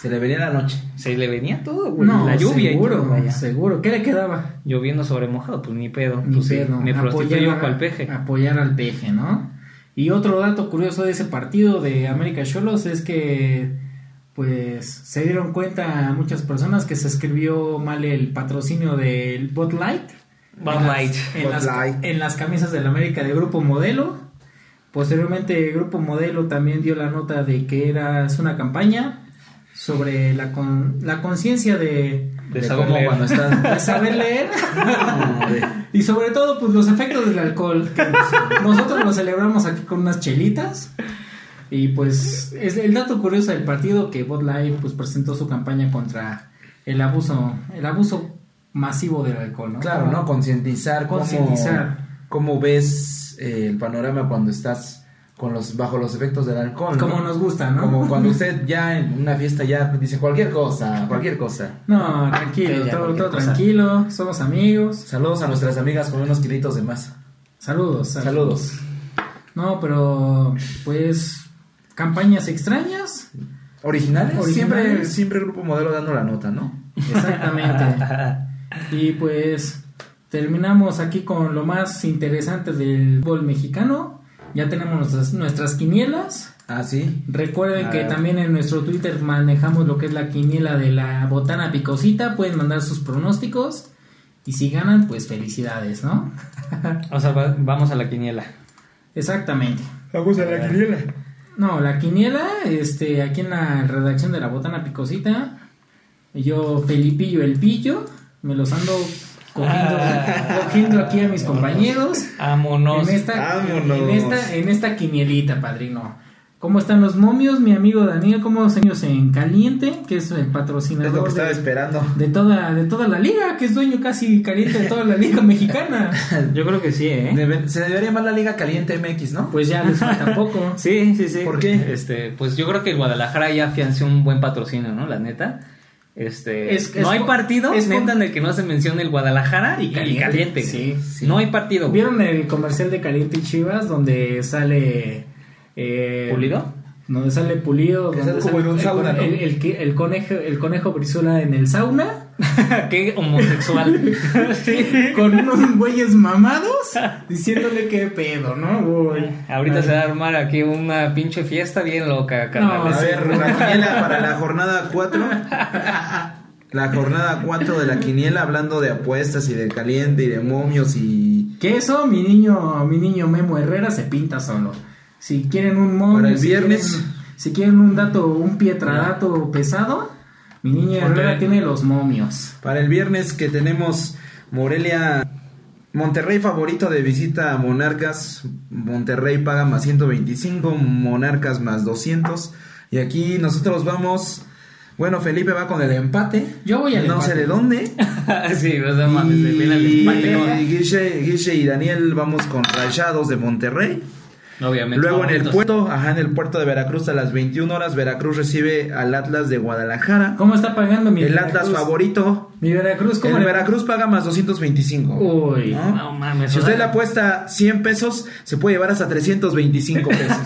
Speaker 5: Se le vería en la noche.
Speaker 4: se le venía todo, güey,
Speaker 3: No,
Speaker 4: la lluvia y todo,
Speaker 3: seguro,
Speaker 4: vaya.
Speaker 3: seguro. ¿Qué le quedaba?
Speaker 4: Lloviendo sobre mojado, pues ni pedo.
Speaker 3: Ni
Speaker 4: pues sí,
Speaker 3: pedo.
Speaker 4: me prostituyo
Speaker 3: Apoyar-
Speaker 4: cual peje.
Speaker 3: Apoyar al peje, ¿no? Y otro dato curioso de ese partido de América Cholos es que, pues, se dieron cuenta muchas personas que se escribió mal el patrocinio del Bot Light.
Speaker 4: Bud
Speaker 3: en las-
Speaker 4: Light.
Speaker 3: En
Speaker 5: Bud
Speaker 3: las,
Speaker 5: Light.
Speaker 3: en las camisas del América de Grupo Modelo. Posteriormente, Grupo Modelo también dio la nota de que era es una campaña sobre la, con- la conciencia de,
Speaker 4: De
Speaker 5: De
Speaker 4: saber
Speaker 5: cómo
Speaker 4: leer.
Speaker 5: cuando
Speaker 3: de
Speaker 5: estás.
Speaker 3: saber leer.
Speaker 5: No, de-
Speaker 3: Y sobre todo, pues los efectos del alcohol. que nos- Nosotros lo celebramos aquí con unas chelitas. Y pues es el dato curioso del partido que Bud Light pues presentó su campaña contra el abuso, el abuso masivo del alcohol, ¿no?
Speaker 5: Claro, ¿no? Concientizar. cómo-
Speaker 3: Concientizar.
Speaker 5: Cómo ves eh, el panorama cuando estás con los bajo los efectos del alcohol.
Speaker 3: Como
Speaker 5: ¿no?
Speaker 3: nos gusta, ¿no?
Speaker 5: Como cuando usted ya en una fiesta ya dice cualquier cosa, cualquier cosa.
Speaker 3: No, tranquilo,
Speaker 4: Ya,
Speaker 3: todo,
Speaker 4: cualquier
Speaker 3: todo
Speaker 4: cosa.
Speaker 3: tranquilo, somos amigos.
Speaker 5: Saludos a nuestras amigas con unos kilitos de más.
Speaker 3: Saludos,
Speaker 5: Saludos.
Speaker 3: No, pero pues campañas extrañas.
Speaker 5: ¿Originales?
Speaker 3: Originales.
Speaker 5: Siempre, siempre el grupo modelo dando la nota, ¿no?
Speaker 3: Exactamente. y pues terminamos aquí con lo más interesante del fútbol mexicano. Ya tenemos nuestras, nuestras quinielas.
Speaker 5: Ah, sí.
Speaker 3: Recuerden
Speaker 5: A
Speaker 3: que
Speaker 5: ver.
Speaker 3: también en nuestro Twitter manejamos lo que es la quiniela de la botana picosita. Pueden mandar sus pronósticos. Y si ganan, pues felicidades, ¿no?
Speaker 4: O sea, va- vamos a la quiniela.
Speaker 3: Exactamente.
Speaker 5: Vamos a
Speaker 3: Eh,
Speaker 5: la quiniela.
Speaker 3: No, la quiniela, este, aquí en la redacción de la Botana Picosita, yo, Felipillo el Pillo, me los ando cogiendo, cogiendo aquí a mis compañeros.
Speaker 4: Ah. Vámonos.
Speaker 3: en, esta,
Speaker 5: vámonos.
Speaker 3: en esta, en esta quinielita, padrino. ¿Cómo están los momios, mi amigo Daniel? ¿Cómo se ellos en Caliente, que es el
Speaker 5: Es lo
Speaker 3: patrocinador
Speaker 5: que estaba
Speaker 3: de,
Speaker 5: esperando.
Speaker 3: de toda, de toda la liga, que es dueño casi caliente de toda la liga mexicana?
Speaker 4: Yo creo que sí, ¿eh?
Speaker 5: Debe- se debería llamar la Liga Caliente MX, ¿no?
Speaker 3: Pues ya les falta poco.
Speaker 4: Sí, sí, sí.
Speaker 5: ¿Por qué?
Speaker 4: Este, pues yo creo que el Guadalajara ya afianzó un buen patrocinio, ¿no? La neta. Este,
Speaker 3: Es-
Speaker 4: no
Speaker 3: es
Speaker 4: hay
Speaker 3: con-
Speaker 4: partido,
Speaker 3: es
Speaker 4: neta,
Speaker 3: con-
Speaker 4: en el que no se mencione el Guadalajara y,
Speaker 3: Caliente.
Speaker 4: y caliente.
Speaker 3: Sí, sí.
Speaker 4: No hay partido. güey.
Speaker 3: ¿Vieron el comercial de Caliente y Chivas donde sale. eh,
Speaker 4: ¿Pulido?
Speaker 3: Donde sale Pulido.
Speaker 5: Que
Speaker 3: donde
Speaker 5: sale como en un
Speaker 3: el,
Speaker 5: sauna, ¿no?
Speaker 3: el, el que- el conejo, el conejo Brizuela en el sauna.
Speaker 4: Qué homosexual. Sí.
Speaker 3: Con unos güeyes mamados. Diciéndole qué pedo, ¿no? Uy.
Speaker 4: Ahorita se va a armar aquí una pinche fiesta bien loca, carnal.
Speaker 5: A
Speaker 3: sí.
Speaker 5: ver, la quiniela para la jornada 4. La jornada 4 de la quiniela, hablando de apuestas y de caliente y de momios y.
Speaker 3: Que eso, mi niño, mi niño Memo Herrera se pinta solo. Si quieren un mono.
Speaker 5: Para el
Speaker 3: si
Speaker 5: viernes.
Speaker 3: quieren- si quieren un dato, un pietradato pesado, mi niño
Speaker 5: Ponte-
Speaker 3: Herrera tiene los momios.
Speaker 5: Para el viernes que tenemos Morelia, Monterrey favorito de visita a Monarcas. Monterrey paga más 125, Monarcas más 200. Y aquí nosotros vamos. Bueno, Felipe va con el empate.
Speaker 3: Yo voy al
Speaker 5: No
Speaker 3: empate.
Speaker 5: sé de dónde.
Speaker 4: sí, o sea, mames, de pena el
Speaker 5: Y
Speaker 4: empate, ¿no?
Speaker 5: Guille, Guille y Daniel vamos con Rayados de Monterrey.
Speaker 4: Obviamente.
Speaker 5: Luego en el
Speaker 4: favoritos.
Speaker 5: puerto, ajá, en el puerto de Veracruz a las 21 horas, Veracruz recibe al Atlas de Guadalajara.
Speaker 3: ¿Cómo está pagando mi
Speaker 5: El Atlas
Speaker 3: Veracruz?
Speaker 5: favorito.
Speaker 3: Mi Veracruz, ¿cómo
Speaker 5: El
Speaker 3: le-
Speaker 5: Veracruz paga más 225.
Speaker 3: Uy.
Speaker 5: ¿no?
Speaker 4: No mames.
Speaker 5: ¿Ah? Si
Speaker 4: o sea,
Speaker 5: usted le apuesta 100 pesos, se puede llevar hasta 325 pesos.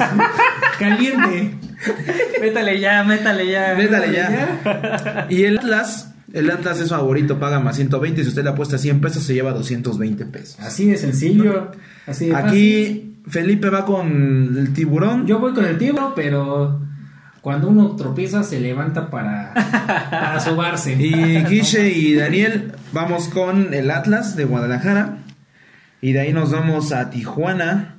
Speaker 3: Caliente.
Speaker 4: Métale ya, métale ya.
Speaker 5: Métale ya. Y el Atlas El Atlas es favorito, paga más 120. Si usted le apuesta 100 pesos, se lleva 220 pesos.
Speaker 3: Así de sencillo. Así de fácil.
Speaker 5: Aquí Felipe va con el tiburón.
Speaker 3: Yo voy con el tiro, pero cuando uno tropieza se levanta para, para sobarse.
Speaker 5: Y Guiche y Daniel vamos con el Atlas de Guadalajara. Y de ahí nos vamos a Tijuana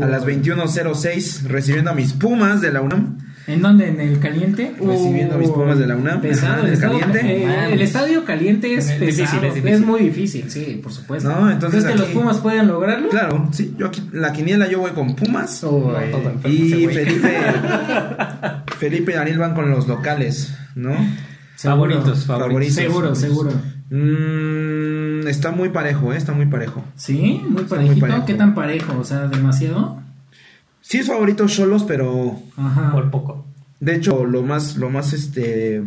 Speaker 5: a las 21.06 recibiendo a mis Pumas de la UNAM.
Speaker 3: ¿En dónde? ¿En el caliente?
Speaker 5: Recibiendo a mis Pumas de la UNAM.
Speaker 3: Pesado,
Speaker 5: Ajá,
Speaker 3: el,
Speaker 5: el
Speaker 3: estado-
Speaker 5: caliente.
Speaker 3: eh,
Speaker 4: Mames.
Speaker 3: el estadio caliente es,
Speaker 4: Es
Speaker 3: pesado,
Speaker 4: difícil,
Speaker 3: es,
Speaker 4: es difícil.
Speaker 3: muy difícil, sí, por supuesto.
Speaker 5: No, entonces
Speaker 3: ¿Crees que los
Speaker 5: aquí-
Speaker 3: Pumas pueden lograrlo?
Speaker 5: Claro, sí, yo aquí, la quiniela yo voy con Pumas.
Speaker 3: O,
Speaker 4: No,
Speaker 3: eh,
Speaker 4: todo enfermo
Speaker 5: Y
Speaker 4: ese güey.
Speaker 5: Felipe, Felipe y Daniel van con los locales, ¿no?
Speaker 3: seguro.
Speaker 4: Favoritos,
Speaker 5: Favoritos.
Speaker 4: favoritos.
Speaker 3: Seguro, seguro.
Speaker 5: Mm, está muy parejo, ¿eh? está muy parejo.
Speaker 3: Sí, muy
Speaker 5: muy
Speaker 3: parejito.
Speaker 5: parejo.
Speaker 3: ¿Qué tan parejo? O sea, demasiado.
Speaker 5: Sí es favorito Cholos, pero
Speaker 3: Ajá.
Speaker 4: Por poco.
Speaker 5: de hecho lo más, lo más este,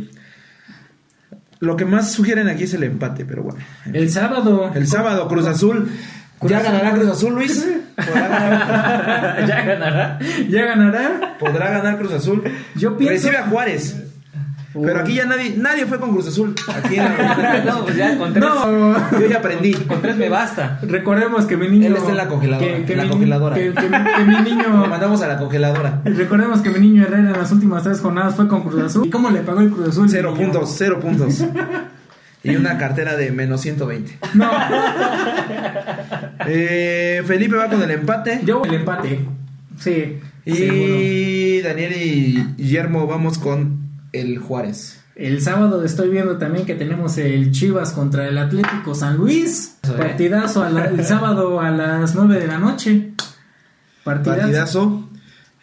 Speaker 5: lo que más sugieren aquí es el empate, pero bueno.
Speaker 3: El sábado.
Speaker 5: El sábado Cruz Azul,
Speaker 3: Cruz
Speaker 5: ¿ya
Speaker 3: Azul.
Speaker 5: ganará Cruz Azul, Luis? ¿Podrá ganar,
Speaker 4: ya ganará.
Speaker 3: ¿Ya ganará?
Speaker 5: podrá ganar Cruz Azul?
Speaker 3: Yo pienso-
Speaker 5: Recibe a Juárez. Pero aquí ya nadie, nadie fue con Cruz Azul. Aquí en la-
Speaker 4: no, pues ya con tres.
Speaker 3: No.
Speaker 5: Yo ya aprendí.
Speaker 4: Con tres me basta.
Speaker 3: Recordemos que mi niño.
Speaker 5: Él está en la congeladora,
Speaker 3: Que, que
Speaker 5: en la
Speaker 3: mi,
Speaker 5: congeladora.
Speaker 3: Que, que mi- que mi
Speaker 5: Lo
Speaker 3: niño.
Speaker 5: mandamos a la congeladora.
Speaker 3: Recordemos que mi niño Herrera en las últimas tres jornadas fue con Cruz Azul. ¿Y cómo le pagó el Cruz Azul?
Speaker 5: Cero
Speaker 3: Mi niño.
Speaker 5: puntos, cero puntos. Y una cartera de menos 120.
Speaker 3: No,
Speaker 5: Eh, Felipe va con el empate.
Speaker 3: yo el empate. Sí.
Speaker 5: y
Speaker 3: seguro.
Speaker 5: Daniel y Guillermo vamos con el Juárez.
Speaker 3: El sábado estoy viendo también que tenemos el Chivas contra el Atlético San Luis.
Speaker 4: Eso, eh.
Speaker 3: Partidazo a la- el sábado a las 9 de la noche. Partidazo.
Speaker 5: Partidazo.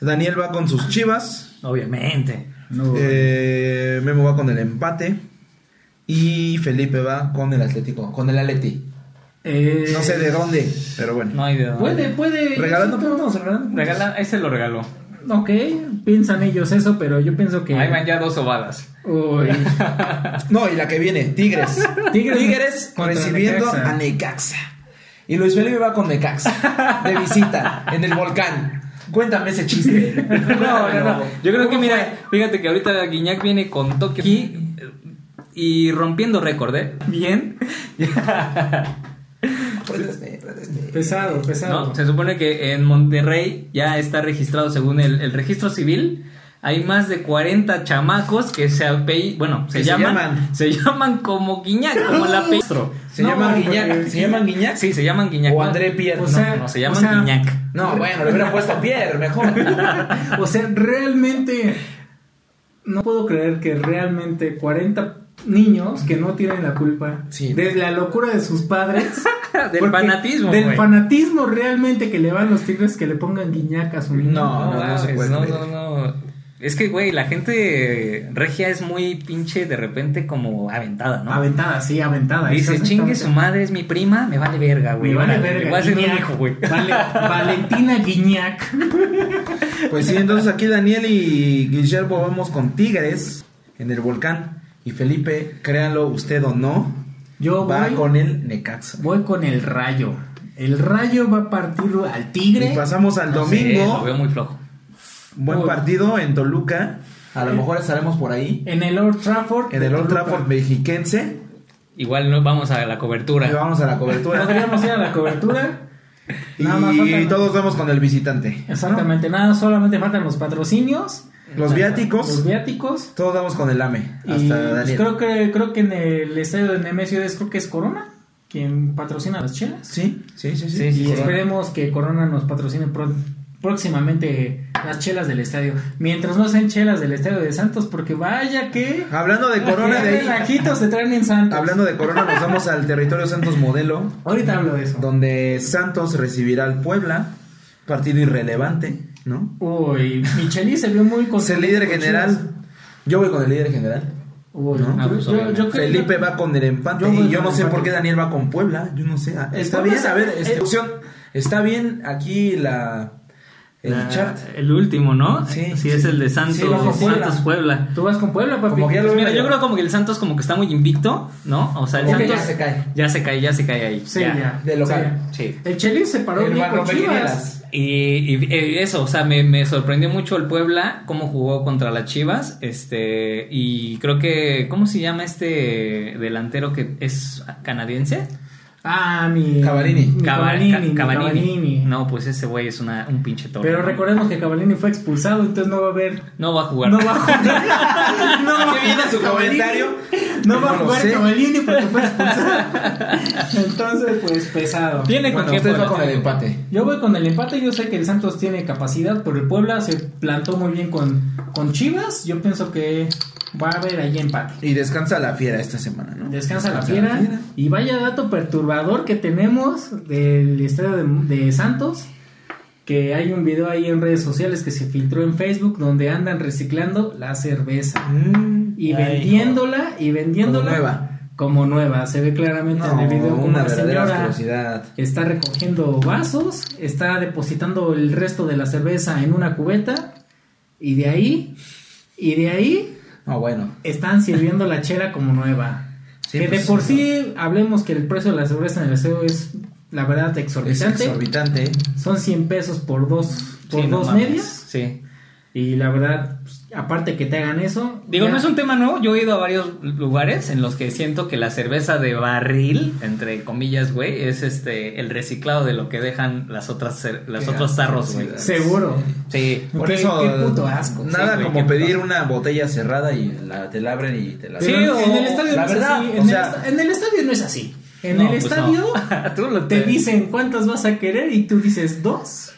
Speaker 5: Daniel va con sus chivas.
Speaker 4: Obviamente.
Speaker 3: No.
Speaker 5: Eh, Memo va con el empate. Y Felipe va con el Atlético, con el Atleti.
Speaker 3: Eh,
Speaker 5: No sé de dónde, pero bueno.
Speaker 4: No hay de dónde.
Speaker 3: Puede, puede.
Speaker 5: Regalando
Speaker 3: sí,
Speaker 5: puntos, regalando puntos.
Speaker 4: Regala, ese lo regaló.
Speaker 3: Ok, piensan ellos eso, pero yo pienso que.
Speaker 4: Ahí van ya dos ovadas.
Speaker 3: Uy,
Speaker 5: No, y la que viene, Tigres.
Speaker 3: Tigres- contra
Speaker 5: recibiendo
Speaker 3: Necaxa.
Speaker 5: a Necaxa. Y Luis Felipe va con Necaxa de visita en el volcán. Cuéntame ese chiste.
Speaker 4: No, no, no. Yo creo que,
Speaker 5: ¿Cómo
Speaker 4: mira,
Speaker 5: fue?
Speaker 4: fíjate que ahorita Guiñac viene con Tokio aquí eh, y rompiendo récord, ¿eh? Bien.
Speaker 5: Préstame, préstame.
Speaker 3: pesado, pesado.
Speaker 4: ¿no? Se supone que en Monterrey ya está registrado, según el, el registro civil, hay más de 40 chamacos que se apell- bueno, se,
Speaker 5: Que se
Speaker 4: llaman,
Speaker 5: llaman.
Speaker 4: se llaman como Guiñac, como la pestro.
Speaker 5: Se
Speaker 3: No,
Speaker 5: llaman
Speaker 3: porque-
Speaker 5: Guiñac. ¿Se llaman Guiñac?
Speaker 4: Sí, se llaman Guiñac.
Speaker 5: O
Speaker 4: ¿no?
Speaker 5: André Pierre.
Speaker 4: No,
Speaker 3: O sea,
Speaker 4: no, se
Speaker 3: o sea,
Speaker 4: llaman Guiñac.
Speaker 5: No, bueno, le hubiera puesto Pierre, mejor.
Speaker 3: O sea, realmente. No puedo creer que realmente 40 niños que no tienen la culpa
Speaker 5: Sí.
Speaker 3: de la locura de sus padres.
Speaker 4: Del
Speaker 3: porque-
Speaker 4: fanatismo,
Speaker 3: Del
Speaker 4: güey.
Speaker 3: fanatismo realmente que le van los tigres que le pongan guiñaca a su niño.
Speaker 5: No, no, no se
Speaker 4: mames,
Speaker 5: puede
Speaker 4: no,
Speaker 5: creer.
Speaker 4: no, no. Es que, güey, la gente regia es muy pinche de repente como aventada, ¿no?
Speaker 3: Aventada, sí, aventada.
Speaker 4: Dice,
Speaker 3: exactamente.
Speaker 4: chingue su madre, es mi prima, me vale verga, güey.
Speaker 3: Me vale
Speaker 4: órale,
Speaker 3: verga,
Speaker 4: Voy a ser un
Speaker 3: Guiñac.
Speaker 4: hijo, güey.
Speaker 3: Vale- Valentina Guiñac.
Speaker 5: Pues sí, entonces aquí Daniel y Guillermo vamos con Tigres en el volcán. Y Felipe, créalo usted o no,
Speaker 3: Yo
Speaker 5: va
Speaker 3: voy,
Speaker 5: con el Necaxa.
Speaker 3: voy con el rayo. El rayo va a partir al tigre. Ah,
Speaker 5: Y pasamos al
Speaker 4: No sé,
Speaker 5: domingo.
Speaker 4: lo veo muy flojo.
Speaker 5: Buen
Speaker 3: Muy-
Speaker 5: partido en Toluca. A lo mejor estaremos por ahí.
Speaker 3: En el Old Trafford.
Speaker 5: En el Old
Speaker 3: Toluca.
Speaker 5: Trafford mexiquense.
Speaker 4: Igual no vamos a la
Speaker 5: Y
Speaker 4: cobertura.
Speaker 5: vamos a la cobertura.
Speaker 3: Podríamos ir a la cobertura. Nada más
Speaker 5: y
Speaker 3: faltan-
Speaker 5: todos vamos con el visitante.
Speaker 3: Exactamente, nada, solamente faltan los patrocinios,
Speaker 5: Los
Speaker 3: los
Speaker 5: viáticos.
Speaker 3: viáticos.
Speaker 5: Todos vamos con el AME.
Speaker 3: y
Speaker 5: Hasta
Speaker 3: pues,
Speaker 5: Daniel.
Speaker 3: creo que creo que en el estadio de Nemesio es creo que es Corona quien patrocina las chelas.
Speaker 5: Sí, sí, sí. sí.
Speaker 4: Sí, sí,
Speaker 3: y
Speaker 4: sí.
Speaker 3: esperemos que Corona nos patrocine pro- próximamente las chelas del estadio. Mientras no sean chelas del estadio de Santos, porque vaya que
Speaker 5: Hablando de Ah, Corona,
Speaker 3: qué
Speaker 5: de ahí,
Speaker 3: relajitos se traen en Santos.
Speaker 5: hablando de Corona, nos vamos al territorio Santos Modelo,
Speaker 3: Ahorita hablo de eso.
Speaker 5: donde Santos recibirá al Puebla. Partido irrelevante, ¿no?
Speaker 3: Uy, Micheli se vio muy
Speaker 5: Es el líder
Speaker 3: Pues con Chivas.
Speaker 5: general. Yo voy con el líder general.
Speaker 3: Uy,
Speaker 5: ¿No?
Speaker 3: yo-
Speaker 4: pues,
Speaker 3: yo-
Speaker 4: obviamente.
Speaker 3: yo creo que-
Speaker 5: Felipe va con el empate
Speaker 3: Yo voy
Speaker 5: y yo
Speaker 3: con
Speaker 5: no
Speaker 3: el
Speaker 5: sé
Speaker 3: empate.
Speaker 5: por qué Daniel va con Puebla, yo no sé.
Speaker 3: Puebla
Speaker 5: Está bien, este,
Speaker 3: se-
Speaker 5: a ver,
Speaker 3: el-
Speaker 5: este, opción, está bien aquí la el
Speaker 4: La-
Speaker 5: chart.
Speaker 4: el último, ¿no?
Speaker 5: Sí,
Speaker 4: Sí, es
Speaker 5: sí.
Speaker 4: el de Santos,
Speaker 5: Sí, vamos a Puebla.
Speaker 4: Santos Puebla.
Speaker 3: Tú vas con Puebla, papi.
Speaker 5: Como que ya lo-
Speaker 4: Pues mira, yo creo como que el Santos como que está muy invicto, ¿no? O sea, el
Speaker 5: Como que
Speaker 4: Santos
Speaker 5: ya se cae.
Speaker 4: Ya se cae, ya se cae ahí.
Speaker 3: Sí,
Speaker 4: ya.
Speaker 3: ya.
Speaker 5: de local.
Speaker 3: Sí.
Speaker 4: Sí.
Speaker 3: El Chelis se paró
Speaker 5: El
Speaker 3: bien con Chivas.
Speaker 5: Barromequinielas.
Speaker 4: Y, y, eh, eso, o sea, me, me sorprendió mucho el Puebla, cómo jugó contra las Chivas, este, y creo que, ¿cómo se llama este delantero que es canadiense?
Speaker 3: Ah, mi.
Speaker 5: Cavalini.
Speaker 3: mi
Speaker 4: Cava-
Speaker 3: Cavalini. mi
Speaker 4: Ca- Cavani.
Speaker 3: Cavalini.
Speaker 4: No, pues ese güey es una, un pinche toro.
Speaker 3: Pero recordemos que Cavalini fue expulsado, entonces no va a haber.
Speaker 4: No va a jugar.
Speaker 3: No va a jugar. no va a
Speaker 5: Qué bien
Speaker 3: jugar
Speaker 5: su
Speaker 3: Cavallini.
Speaker 5: comentario.
Speaker 3: No va a
Speaker 5: No lo
Speaker 3: jugar
Speaker 5: sé.
Speaker 3: Cavalini porque fue expulsado. Entonces, pues pesado.
Speaker 4: Tiene con
Speaker 5: Bueno,
Speaker 4: qué
Speaker 5: usted va
Speaker 4: Puebla.
Speaker 5: con el empate.
Speaker 3: Yo voy con el empate, yo sé que el Santos tiene capacidad, pero el Puebla se plantó muy bien con, con Chivas. Yo pienso que va a haber ahí empate.
Speaker 5: Y descansa la fiera esta semana, ¿no?
Speaker 3: Descansa la fiera. Y vaya dato perturbador que tenemos del estadio de, de Santos. Que hay un video ahí en redes sociales que se filtró en Facebook donde andan reciclando la cerveza.
Speaker 5: Mm,
Speaker 3: Y
Speaker 4: Ay,
Speaker 3: vendiéndola, y vendiéndola.
Speaker 5: Como nueva.
Speaker 3: Como nueva. Se ve claramente en el video
Speaker 5: no,
Speaker 3: como
Speaker 5: una
Speaker 3: la
Speaker 5: verdadera
Speaker 3: señora
Speaker 5: asquerosidad.
Speaker 3: está recogiendo vasos, está depositando el resto de la cerveza en una cubeta. Y de ahí, y de ahí
Speaker 5: No, bueno.
Speaker 3: están sirviendo la chela como nueva.
Speaker 5: Sí,
Speaker 3: que
Speaker 5: pues,
Speaker 3: de por sí, hablemos que el precio de la cerveza en el aseo es, la verdad,
Speaker 5: Es
Speaker 3: exorbitante.
Speaker 5: exorbitante.
Speaker 3: Son 100 pesos por dos, por
Speaker 4: Sí, no
Speaker 3: dos
Speaker 4: mames.
Speaker 3: medias.
Speaker 4: Sí.
Speaker 3: Y la verdad, pues, aparte que te hagan eso.
Speaker 4: Digo,
Speaker 3: ya-
Speaker 4: no es un tema nuevo. Yo he ido a varios lugares en los que siento que la cerveza de barril, entre comillas, güey, es este el reciclado de lo que dejan las otras cer- los
Speaker 5: Qué
Speaker 4: otros tarros, güey.
Speaker 5: asquerosidad.
Speaker 3: Seguro.
Speaker 4: Sí.
Speaker 5: Por
Speaker 3: Qué-
Speaker 5: eso.
Speaker 3: qué puto asco.
Speaker 5: Nada
Speaker 4: Sí, güey,
Speaker 5: como
Speaker 4: qué
Speaker 5: pedir una botella cerrada y la, te la abren y te la
Speaker 4: Sí,
Speaker 3: Pero
Speaker 4: o-
Speaker 3: en el estadio
Speaker 5: la
Speaker 3: no es
Speaker 5: verdad,
Speaker 3: así.
Speaker 5: o
Speaker 3: En, el
Speaker 5: sea-
Speaker 3: esta- en el estadio no es así. En
Speaker 4: No,
Speaker 3: el
Speaker 4: pues
Speaker 3: estadio
Speaker 4: no. Tú lo
Speaker 3: te
Speaker 4: te-
Speaker 3: dicen cuántas vas a querer y tú dices dos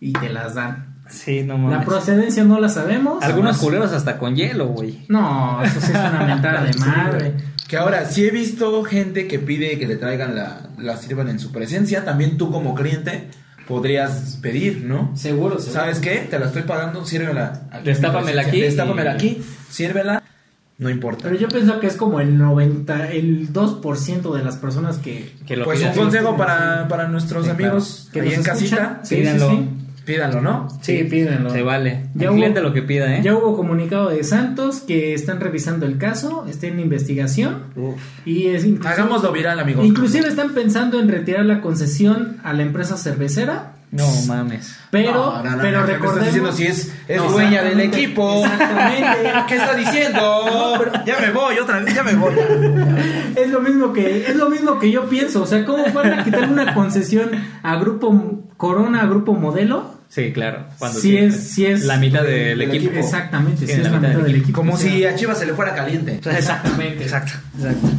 Speaker 3: y te las dan.
Speaker 4: Sí, no
Speaker 3: La
Speaker 4: mames.
Speaker 3: procedencia no la sabemos.
Speaker 4: Algunos culeros hasta con hielo, güey.
Speaker 3: No, eso sí es una mentada de
Speaker 5: Sí,
Speaker 3: madre.
Speaker 5: güey. Que ahora, si he visto gente que pide que le traigan la, la sirvan en su presencia, también tú como cliente podrías pedir, ¿no?
Speaker 3: Seguro, seguro.
Speaker 5: ¿Sabes qué? Te la estoy pagando, sírvela. aquí en mi
Speaker 4: Destápamela
Speaker 5: presencia.
Speaker 4: aquí.
Speaker 5: Destápamela aquí, sírvela, no importa.
Speaker 3: Pero yo pienso que es como el 90, el 2% de las personas que,
Speaker 4: Que lo
Speaker 5: Pues un
Speaker 4: pidas.
Speaker 5: consejo para, para nuestros
Speaker 4: Sí, claro.
Speaker 5: amigos
Speaker 3: que
Speaker 5: ahí en
Speaker 3: escuchan.
Speaker 5: casita,
Speaker 3: Sí, sí,
Speaker 4: Pídanlo.
Speaker 3: sí.
Speaker 5: pídanlo, ¿no?
Speaker 3: Sí, pídanlo.
Speaker 4: Se vale.
Speaker 3: Ya
Speaker 4: El
Speaker 3: hubo-
Speaker 4: cliente lo que pida, ¿eh?
Speaker 3: Ya hubo comunicado de Santos que están revisando el caso, está en investigación
Speaker 4: Uf.
Speaker 3: y es inclusive-
Speaker 5: Hagámoslo viral, amigos.
Speaker 3: Inclusive están pensando en retirar la concesión a la empresa cervecera,
Speaker 4: No mames.
Speaker 3: pero,
Speaker 5: No, no, no,
Speaker 3: pero
Speaker 5: no, ¿qué me estás
Speaker 3: recordemos...
Speaker 5: diciendo si es, es
Speaker 3: No,
Speaker 5: dueña del
Speaker 3: exactamente,
Speaker 5: equipo.
Speaker 3: exactamente.
Speaker 5: ¿Qué está diciendo? Ya me voy, otra vez, ya me voy.
Speaker 3: Es lo mismo que es lo mismo que yo pienso, o sea, ¿cómo van a quitar una concesión a grupo Corona, a grupo Modelo?
Speaker 4: Sí, claro. Cuando
Speaker 3: Sí
Speaker 4: te-
Speaker 3: es- sí es-
Speaker 4: La mitad del
Speaker 5: del
Speaker 4: equipo.
Speaker 5: equipo.
Speaker 3: Exactamente, sí,
Speaker 4: En
Speaker 3: es la mitad del equipo.
Speaker 5: Como
Speaker 3: o sea,
Speaker 5: si a Chivas se le fuera caliente.
Speaker 3: Exactamente.
Speaker 4: Exacto.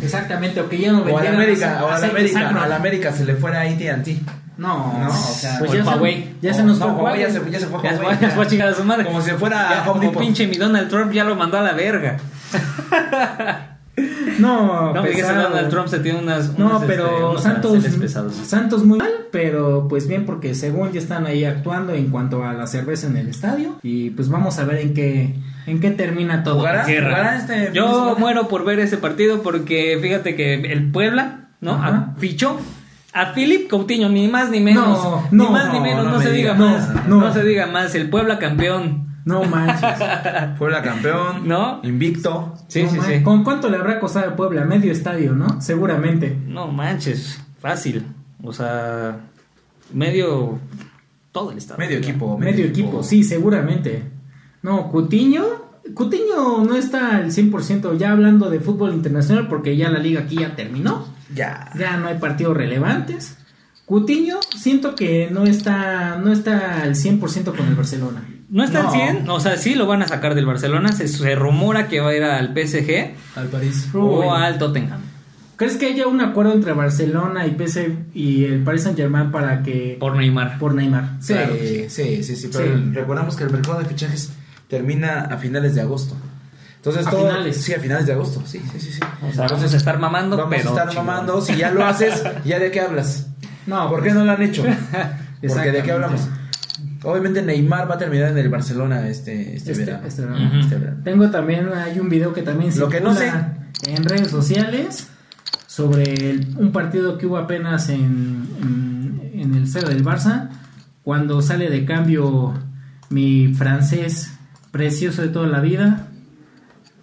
Speaker 3: Exactamente, o que ya no
Speaker 5: O a la
Speaker 3: vendieran
Speaker 5: América,
Speaker 3: ace-
Speaker 5: o a la
Speaker 3: aceite
Speaker 5: América,
Speaker 3: sacro.
Speaker 5: a la América se le fuera a AT&T.
Speaker 3: No,
Speaker 5: No,
Speaker 3: o
Speaker 5: o
Speaker 3: sea,
Speaker 5: sea,
Speaker 3: pues
Speaker 4: o
Speaker 3: ya,
Speaker 4: el
Speaker 3: se,
Speaker 4: Huawei.
Speaker 3: ya se
Speaker 5: O-
Speaker 3: nos
Speaker 5: no,
Speaker 3: fue
Speaker 5: Huawei
Speaker 3: Huawei.
Speaker 5: ya se, ya se fue
Speaker 4: Ya
Speaker 5: Huawei,
Speaker 4: fue- ya fue chingada su madre.
Speaker 5: Como si fuera
Speaker 4: Ya,
Speaker 5: Home
Speaker 4: como
Speaker 5: Depot.
Speaker 4: pinche mi Donald Trump ya lo mandó a la verga.
Speaker 3: No,
Speaker 4: No, me digas que
Speaker 3: pesado.
Speaker 4: Donald Trump se tiene unas.
Speaker 3: No,
Speaker 4: unas, este,
Speaker 3: pero
Speaker 4: unos
Speaker 3: Santos,
Speaker 4: aranceles pesados.
Speaker 3: Santos muy mal, pero pues bien porque según ya están ahí actuando en cuanto a la cerveza en el estadio y pues vamos a ver en qué en qué termina todo.
Speaker 5: ¿Jugará?
Speaker 4: Guerra.
Speaker 5: ¿Jugará este fin de
Speaker 4: Yo
Speaker 5: semana?
Speaker 4: muero por ver ese partido porque fíjate que el Puebla, ¿no?
Speaker 3: Ajá.
Speaker 4: A- fichó a Philip Coutinho, ni más ni menos.
Speaker 3: No,
Speaker 4: ni
Speaker 3: no,
Speaker 4: más ni
Speaker 3: no,
Speaker 4: menos,
Speaker 5: no
Speaker 4: no,
Speaker 5: me
Speaker 4: se diga
Speaker 5: digas.
Speaker 4: más.
Speaker 3: No,
Speaker 4: No,
Speaker 3: no.
Speaker 4: se diga más. El Puebla campeón,
Speaker 3: No manches.
Speaker 5: Puebla campeón,
Speaker 4: ¿no?
Speaker 5: invicto.
Speaker 4: Sí,
Speaker 3: No
Speaker 4: sí,
Speaker 3: man-
Speaker 4: sí.
Speaker 3: ¿Con cuánto le habrá costado a Puebla? Medio estadio, ¿no? Seguramente.
Speaker 4: No manches, fácil. O sea, medio. Todo el estado.
Speaker 5: Medio equipo.
Speaker 3: Medio equipo, sí, seguramente. No, Cutiño. Cutiño no está al 100% ya hablando de fútbol internacional porque ya la liga aquí ya terminó.
Speaker 5: Ya.
Speaker 3: Ya no hay partidos relevantes. Cutiño siento que no está no está al 100% con el Barcelona.
Speaker 4: No está
Speaker 5: No.
Speaker 4: al 100, o sea, sí lo van a sacar del Barcelona. Se, se rumora que va a ir al PSG
Speaker 5: Al París.
Speaker 3: Uy.
Speaker 4: o al Tottenham.
Speaker 3: ¿Crees que haya un acuerdo entre Barcelona y PSG y el Paris Saint-Germain para que
Speaker 4: Por Neymar.
Speaker 3: por Neymar?
Speaker 5: Sí,
Speaker 4: Claro.
Speaker 5: sí, sí, sí, Pero
Speaker 3: Sí.
Speaker 5: el- recordamos que el mercado de fichajes termina a finales de agosto. Entonces
Speaker 3: A
Speaker 5: todo-
Speaker 3: finales.
Speaker 5: Sí, a finales de agosto. Sí, sí, sí. sí.
Speaker 4: O sea, vamos a estar mamando,
Speaker 5: Vamos
Speaker 4: pero
Speaker 5: a estar
Speaker 4: chingón.
Speaker 5: mamando. Si ya lo haces, ¿ya de qué hablas?
Speaker 3: No,
Speaker 5: ¿Por
Speaker 3: pues-
Speaker 5: qué no lo han hecho? Porque de
Speaker 3: Exactamente.
Speaker 5: qué hablamos. Obviamente Neymar va a terminar en el Barcelona este, este,
Speaker 3: Este-
Speaker 5: verano.
Speaker 3: este verano.
Speaker 4: Ujú.
Speaker 5: Este verano.
Speaker 3: Tengo también, hay un video que también
Speaker 5: Lo que no sé.
Speaker 3: en redes sociales sobre el- un partido que hubo apenas en, en, en el sede del Barça Cuando sale de cambio mi francés precioso de toda la vida.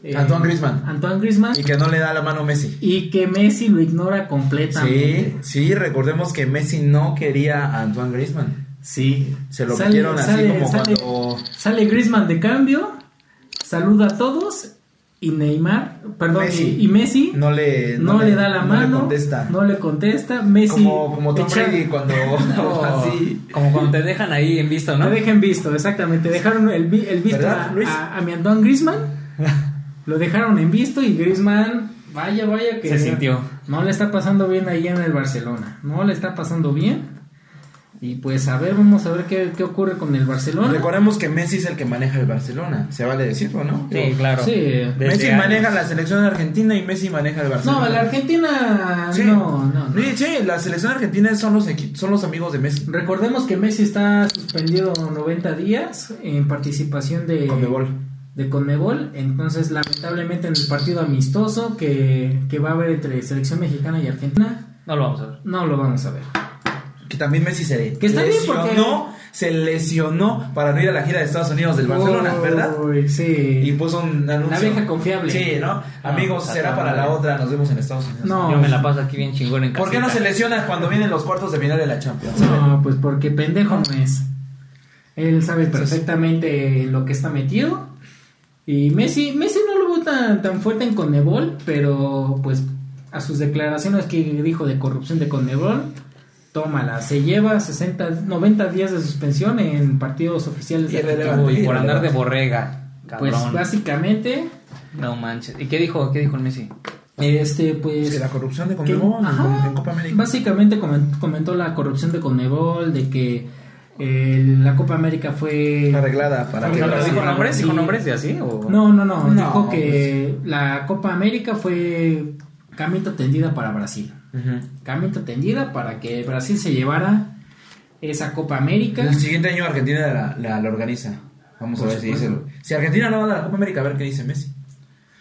Speaker 3: eh,
Speaker 5: Antoine Griezmann.
Speaker 3: Antoine Griezmann.
Speaker 5: Y que no le da la mano Messi.
Speaker 3: Y que Messi lo ignora
Speaker 5: Sí,
Speaker 3: completamente.
Speaker 5: sí, recordemos que Messi no quería a Antoine Griezmann.
Speaker 3: Sí.
Speaker 5: Se lo
Speaker 3: Sale-
Speaker 5: metieron así
Speaker 3: sale-
Speaker 5: como
Speaker 3: sale-
Speaker 5: cuando...
Speaker 3: Sale Griezmann de cambio, saluda a todos y Neymar, perdón,
Speaker 5: Messi.
Speaker 3: y, y Messi no,
Speaker 5: No le,
Speaker 3: le, da la
Speaker 5: no le
Speaker 3: mano,
Speaker 5: contesta.
Speaker 3: no le contesta, Messi
Speaker 5: como, como Tom
Speaker 3: echa-
Speaker 5: Brady cuando... así.
Speaker 4: Como cuando te dejan ahí en visto, ¿no?
Speaker 3: Me dejan visto, exactamente, dejaron el, vi- el visto
Speaker 5: ¿Verdad,
Speaker 3: a,
Speaker 5: Luis?
Speaker 3: a- a mi Antoine Griezmann, lo dejaron en visto y Griezmann, vaya, vaya que
Speaker 4: Se sintió.
Speaker 3: no le está pasando bien ahí en el Barcelona, no le está pasando bien y pues a ver, vamos a ver qué, qué ocurre con el Barcelona.
Speaker 5: Recordemos que Messi es el que maneja el Barcelona. Se vale decirlo, ¿no?
Speaker 4: Sí, claro.
Speaker 3: Sí.
Speaker 4: Desde
Speaker 5: Messi
Speaker 4: años.
Speaker 5: maneja la selección argentina y Messi maneja el Barcelona.
Speaker 3: No, la Argentina
Speaker 5: Sí.
Speaker 3: no, no, no.
Speaker 5: Sí, sí, la selección argentina son los, equi- son los amigos de Messi.
Speaker 3: Recordemos que Messi está suspendido 90 días en participación de
Speaker 5: Conmebol.
Speaker 3: de Conmebol, entonces lamentablemente en el partido amistoso que, que va a haber entre selección mexicana y Argentina,
Speaker 4: No lo vamos a ver.
Speaker 3: no lo vamos a ver.
Speaker 5: Que también Messi se
Speaker 3: Que está bien porque-
Speaker 5: lesionó, se lesionó para no ir a la gira de Estados Unidos del Barcelona, ¿verdad?
Speaker 3: Uy,
Speaker 5: Y
Speaker 3: sí.
Speaker 5: puso un anuncio.
Speaker 3: Oh. La vieja confiable.
Speaker 5: Sí, ¿no? Amigos,
Speaker 4: pues,
Speaker 5: será
Speaker 4: hasta
Speaker 5: para la
Speaker 4: madre.
Speaker 5: otra, nos vemos en Estados Unidos.
Speaker 3: No.
Speaker 4: Yo me la paso aquí bien chingón en casa.
Speaker 5: ¿Por qué no se lesionas cuando vienen los cuartos de final de la Champions?
Speaker 3: No, pues porque pendejo no es. Él sabe perfectamente lo que está metido. Y Messi, Messi no lo veo tan, tan fuerte en Conmebol, pero pues a sus declaraciones que dijo de corrupción de Conmebol, tómala, se lleva 60, 90 días de suspensión en partidos oficiales de
Speaker 5: Irrelevante.
Speaker 3: Argentina.
Speaker 4: Uy, por andar de borrega.
Speaker 3: Pues
Speaker 4: Cabrón.
Speaker 3: básicamente,
Speaker 4: No manches. ¿Y qué dijo? ¿Qué dijo el Messi?
Speaker 3: este pues...
Speaker 5: Que la corrupción de
Speaker 3: que-
Speaker 5: Conmebol
Speaker 3: ajá,
Speaker 5: en Copa América.
Speaker 3: Básicamente comen- comentó la corrupción de Conmebol, de que eh, la Copa América fue...
Speaker 5: Arreglada para
Speaker 3: Fue
Speaker 5: que
Speaker 3: una
Speaker 5: Brasil-
Speaker 4: ¿Dijo nombres? ¿Dijo
Speaker 3: Sí.
Speaker 4: nombres y así? O...
Speaker 3: No, no, no,
Speaker 5: No,
Speaker 3: dijo que la Copa América fue camita tendida para Brasil.
Speaker 5: Ujú.
Speaker 3: Camita tendida para que Brasil se llevara esa Copa América.
Speaker 5: El siguiente año Argentina la, la- la organiza. Vamos a
Speaker 3: Por
Speaker 5: ver si dice.
Speaker 3: supuesto.
Speaker 5: Si Argentina no va a la Copa América, a ver qué dice Messi.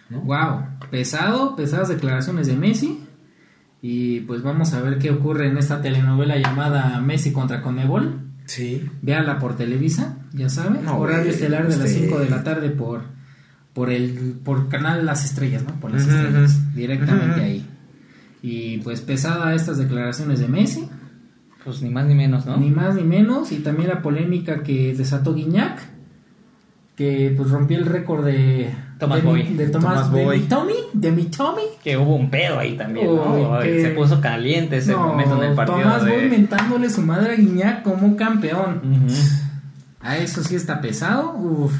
Speaker 3: Wow, pesado, pesadas declaraciones de Messi. Y pues vamos a ver qué ocurre en esta telenovela llamada Messi contra Conmebol.
Speaker 5: Sí.
Speaker 3: Véala por Televisa, ya saben,
Speaker 5: No,
Speaker 3: horario
Speaker 5: güey,
Speaker 3: estelar de las
Speaker 5: este-
Speaker 3: 5 de la tarde por por el por canal Las Estrellas, ¿no? Por Las
Speaker 5: Ujú,
Speaker 3: Estrellas,
Speaker 5: ujú.
Speaker 3: directamente
Speaker 5: Ujú, ujú.
Speaker 3: ahí. Y pues pesada estas declaraciones de Messi,
Speaker 4: Pues ni más ni menos, ¿no?
Speaker 3: ni más ni menos, y también la polémica que desató Guiñac, que pues rompió el récord de de,
Speaker 4: Tomás
Speaker 3: mi-
Speaker 4: Boy.
Speaker 3: de Tomás,
Speaker 5: Tomás
Speaker 3: de
Speaker 5: Boy.
Speaker 3: mi Tommy, de mi Tommy.
Speaker 4: Que hubo un pedo ahí también, ¿no?
Speaker 3: Uy, que-
Speaker 4: Se puso caliente ese
Speaker 3: No,
Speaker 4: momento en el partido
Speaker 3: Tomás
Speaker 4: de...
Speaker 3: Boy mentándole su madre a Guiñac como un campeón.
Speaker 4: Ujú.
Speaker 3: A eso sí está pesado. Uf.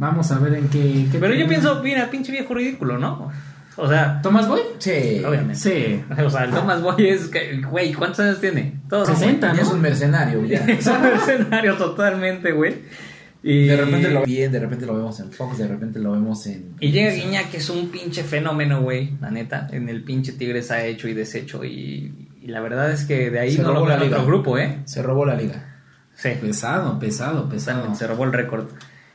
Speaker 3: Vamos a ver en qué. qué
Speaker 4: Pero yo
Speaker 3: termina.
Speaker 4: pienso, mira, pinche viejo ridículo, ¿no? O sea,
Speaker 3: ¿Tomás Boy?
Speaker 5: Sí.
Speaker 4: obviamente.
Speaker 3: Sí.
Speaker 4: O sea, el Thomas Boy es, que- güey, ¿cuántos años tiene? Todos
Speaker 3: 60,
Speaker 5: Ya es un
Speaker 3: ¿no?
Speaker 5: mercenario, ya.
Speaker 4: Es un mercenario totalmente, güey. Y
Speaker 5: De repente lo bien, de repente lo vemos en Fox, de repente lo vemos en.
Speaker 4: Y llega Guiñac, que es un pinche fenómeno, güey, la neta. En el pinche Tigres ha hecho y deshecho. Y, y la verdad es que de ahí
Speaker 5: Se
Speaker 4: no lo
Speaker 5: robó
Speaker 4: veo
Speaker 5: la
Speaker 4: en otro
Speaker 5: liga.
Speaker 4: grupo, ¿eh?
Speaker 5: Se robó la liga.
Speaker 4: Sí,
Speaker 3: Pesado, pesado, pesado.
Speaker 4: totalmente, se robó el récord.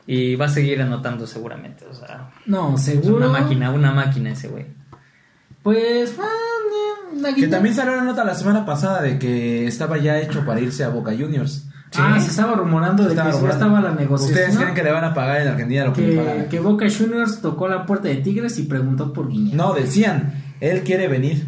Speaker 4: Y va a seguir anotando seguramente, o sea...
Speaker 3: No,
Speaker 4: Es
Speaker 3: seguro.
Speaker 4: una máquina, una máquina ese güey.
Speaker 3: Pues. ah, no, la
Speaker 5: Que
Speaker 3: Guiñac.
Speaker 5: también salió la nota la semana pasada de que estaba ya hecho para irse a Boca Juniors.
Speaker 3: Ah, se estaba rumorando de que
Speaker 5: rumorando.
Speaker 3: ya estaba la negociación.
Speaker 5: ¿Ustedes creen que le van a pagar en Argentina lo que, le
Speaker 3: que,
Speaker 5: pagan?
Speaker 3: que Boca Juniors tocó la puerta de Tigres y preguntó por Guiñac.
Speaker 5: No, decían, él quiere venir.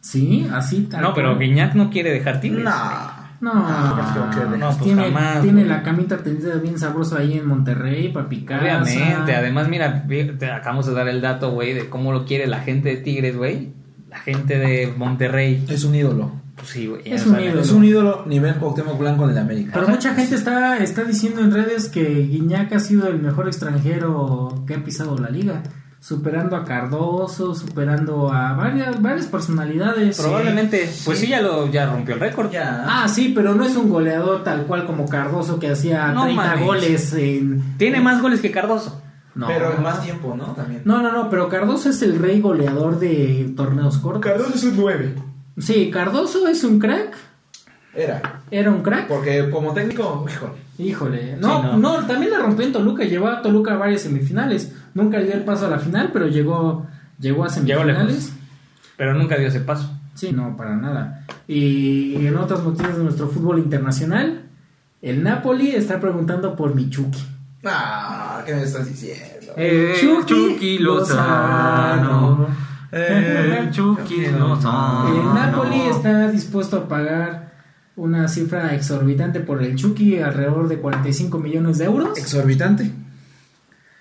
Speaker 3: Sí, así tal.
Speaker 4: No, pero
Speaker 3: cual.
Speaker 4: Guiñac no quiere dejar Tigres.
Speaker 5: No.
Speaker 3: No,
Speaker 5: Ah, creo que-
Speaker 4: no, pues
Speaker 3: tiene,
Speaker 4: jamás,
Speaker 3: tiene
Speaker 4: güey.
Speaker 3: la camita tendida bien sabrosa ahí en Monterrey para picar.
Speaker 4: Obviamente, además, mira, vi- te acabamos de dar el dato, güey, de cómo lo quiere la gente de Tigres, güey. La gente de Monterrey.
Speaker 5: Es un ídolo.
Speaker 4: Pues sí, güey.
Speaker 3: Es
Speaker 4: o sea,
Speaker 3: un ídolo.
Speaker 5: Es un ídolo nivel Cuauhtémoc Blanco en el América.
Speaker 3: Pero mucha gente está, está diciendo en redes que Guiñac ha sido el mejor extranjero que ha pisado la liga, superando a Cardoso, superando a varias, varias personalidades.
Speaker 4: Probablemente. pues sí, ya lo ya rompió el récord.
Speaker 5: Ya.
Speaker 3: Ah, sí, pero no es un goleador tal cual como Cardoso que hacía
Speaker 4: No
Speaker 3: 30
Speaker 4: mames.
Speaker 3: goles en...
Speaker 4: Tiene más goles que Cardoso.
Speaker 3: No,
Speaker 5: Pero
Speaker 3: no.
Speaker 5: en más tiempo, ¿no? También.
Speaker 3: No, no, no, pero Cardoso es el rey goleador de torneos cortos.
Speaker 5: Cardoso es un 9.
Speaker 3: Sí, Cardoso es un crack,
Speaker 5: Era.
Speaker 3: era un crack.
Speaker 5: Porque como técnico, híjole.
Speaker 3: Híjole, no,
Speaker 4: Sí,
Speaker 3: no, también la rompió en Toluca, llevó a Toluca a varias semifinales, nunca dio el paso a la final, pero llegó, llegó a
Speaker 4: Llegó
Speaker 3: semifinales.
Speaker 4: lejos. Pero nunca dio ese paso.
Speaker 3: Sí, no, para nada. Y en otras noticias de nuestro fútbol internacional, El Napoli está preguntando por Michuki.
Speaker 5: Ah, ¿qué me estás diciendo?
Speaker 4: Eh,
Speaker 3: Chucky
Speaker 4: Chucky
Speaker 3: Lozano.
Speaker 4: Lozano.
Speaker 5: Eh,
Speaker 4: Eh, Chucky Lozano.
Speaker 3: el Napoli
Speaker 4: Ah, no.
Speaker 3: está dispuesto a pagar una cifra exorbitante por el Chucky, alrededor de 45 millones de euros.
Speaker 5: Exorbitante.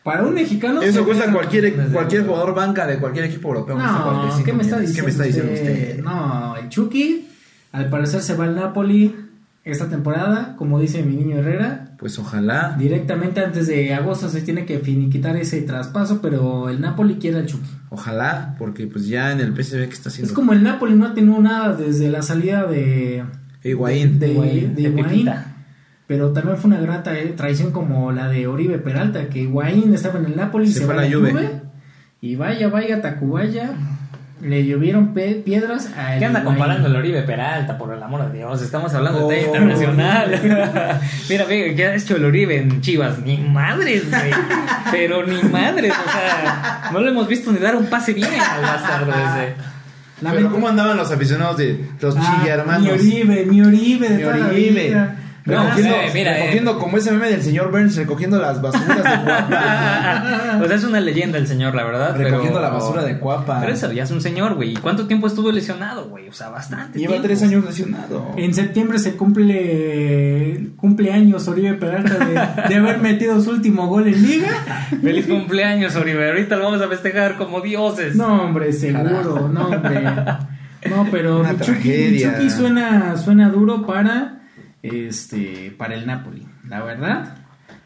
Speaker 3: Para un mexicano.
Speaker 5: Eso
Speaker 3: se-
Speaker 5: cuesta cualquier,
Speaker 4: desde
Speaker 5: cualquier
Speaker 4: luego.
Speaker 5: jugador banca de cualquier equipo europeo. cuesta
Speaker 3: No,
Speaker 5: 45
Speaker 3: ¿qué me está
Speaker 5: millones.
Speaker 3: diciendo,
Speaker 5: ¿Qué me está diciendo
Speaker 3: usted?
Speaker 5: usted?
Speaker 3: No, el Chucky, al parecer se va al Napoli esta temporada, como dice mi niño Herrera.
Speaker 5: Pues ojalá.
Speaker 3: Directamente antes de agosto se tiene que finiquitar ese traspaso, pero el Napoli quiere al Chucky.
Speaker 5: Ojalá, porque pues ya en el PSV que está haciendo.
Speaker 3: Es como el Napoli no ha tenido nada desde la salida de,
Speaker 5: Higuaín.
Speaker 3: de,
Speaker 4: Higuaín,
Speaker 3: de
Speaker 4: de
Speaker 3: Higuaín,
Speaker 4: Pepita.
Speaker 3: pero también fue una gran tra- traición como la de Oribe Peralta, que Higuaín estaba en el Napoli,
Speaker 5: Se fue a la
Speaker 3: Juve,
Speaker 5: Juve.
Speaker 3: y vaya, vaya, Tacubaya, le llovieron pe- piedras a
Speaker 4: ¿Qué anda
Speaker 3: Higuaín.
Speaker 4: comparando el Oribe Peralta, por el amor de Dios? Estamos hablando de
Speaker 5: Oh.
Speaker 4: talla internacional. Mira, mira, ¿qué ha hecho el Oribe en Chivas? Ni madres, güey. Pero ni madres, o sea, no lo hemos visto ni dar un pase bien al bastardo ese.
Speaker 5: Pero ¿cómo andaban los aficionados de los
Speaker 3: Ah,
Speaker 5: Chilla
Speaker 3: Mi
Speaker 5: hermanos?
Speaker 3: Oribe, mi Oribe, de
Speaker 5: Mi
Speaker 3: toda la
Speaker 5: Oribe.
Speaker 3: vida.
Speaker 5: Recogiendo,
Speaker 4: eh, mira,
Speaker 5: recogiendo como ese meme del señor Burns, recogiendo las basuras de Cuapa.
Speaker 4: O sea, es una leyenda el señor, la verdad. pero-
Speaker 5: recogiendo la basura de Cuapa.
Speaker 4: Pero eso ya es un señor, güey. ¿Y cuánto tiempo estuvo lesionado, güey? O sea, bastante.
Speaker 5: Lleva
Speaker 4: tiempo.
Speaker 5: tres años lesionado.
Speaker 3: En septiembre se cumple cumpleaños Oribe Peralta de, de haber metido su último gol en liga.
Speaker 4: Feliz cumpleaños, Oribe. Ahorita lo vamos a festejar como dioses.
Speaker 3: No, hombre, seguro, no, hombre. No, pero
Speaker 5: Una
Speaker 3: Michuki,
Speaker 5: tragedia.
Speaker 3: Michuki suena, suena duro para este para el Napoli, la verdad.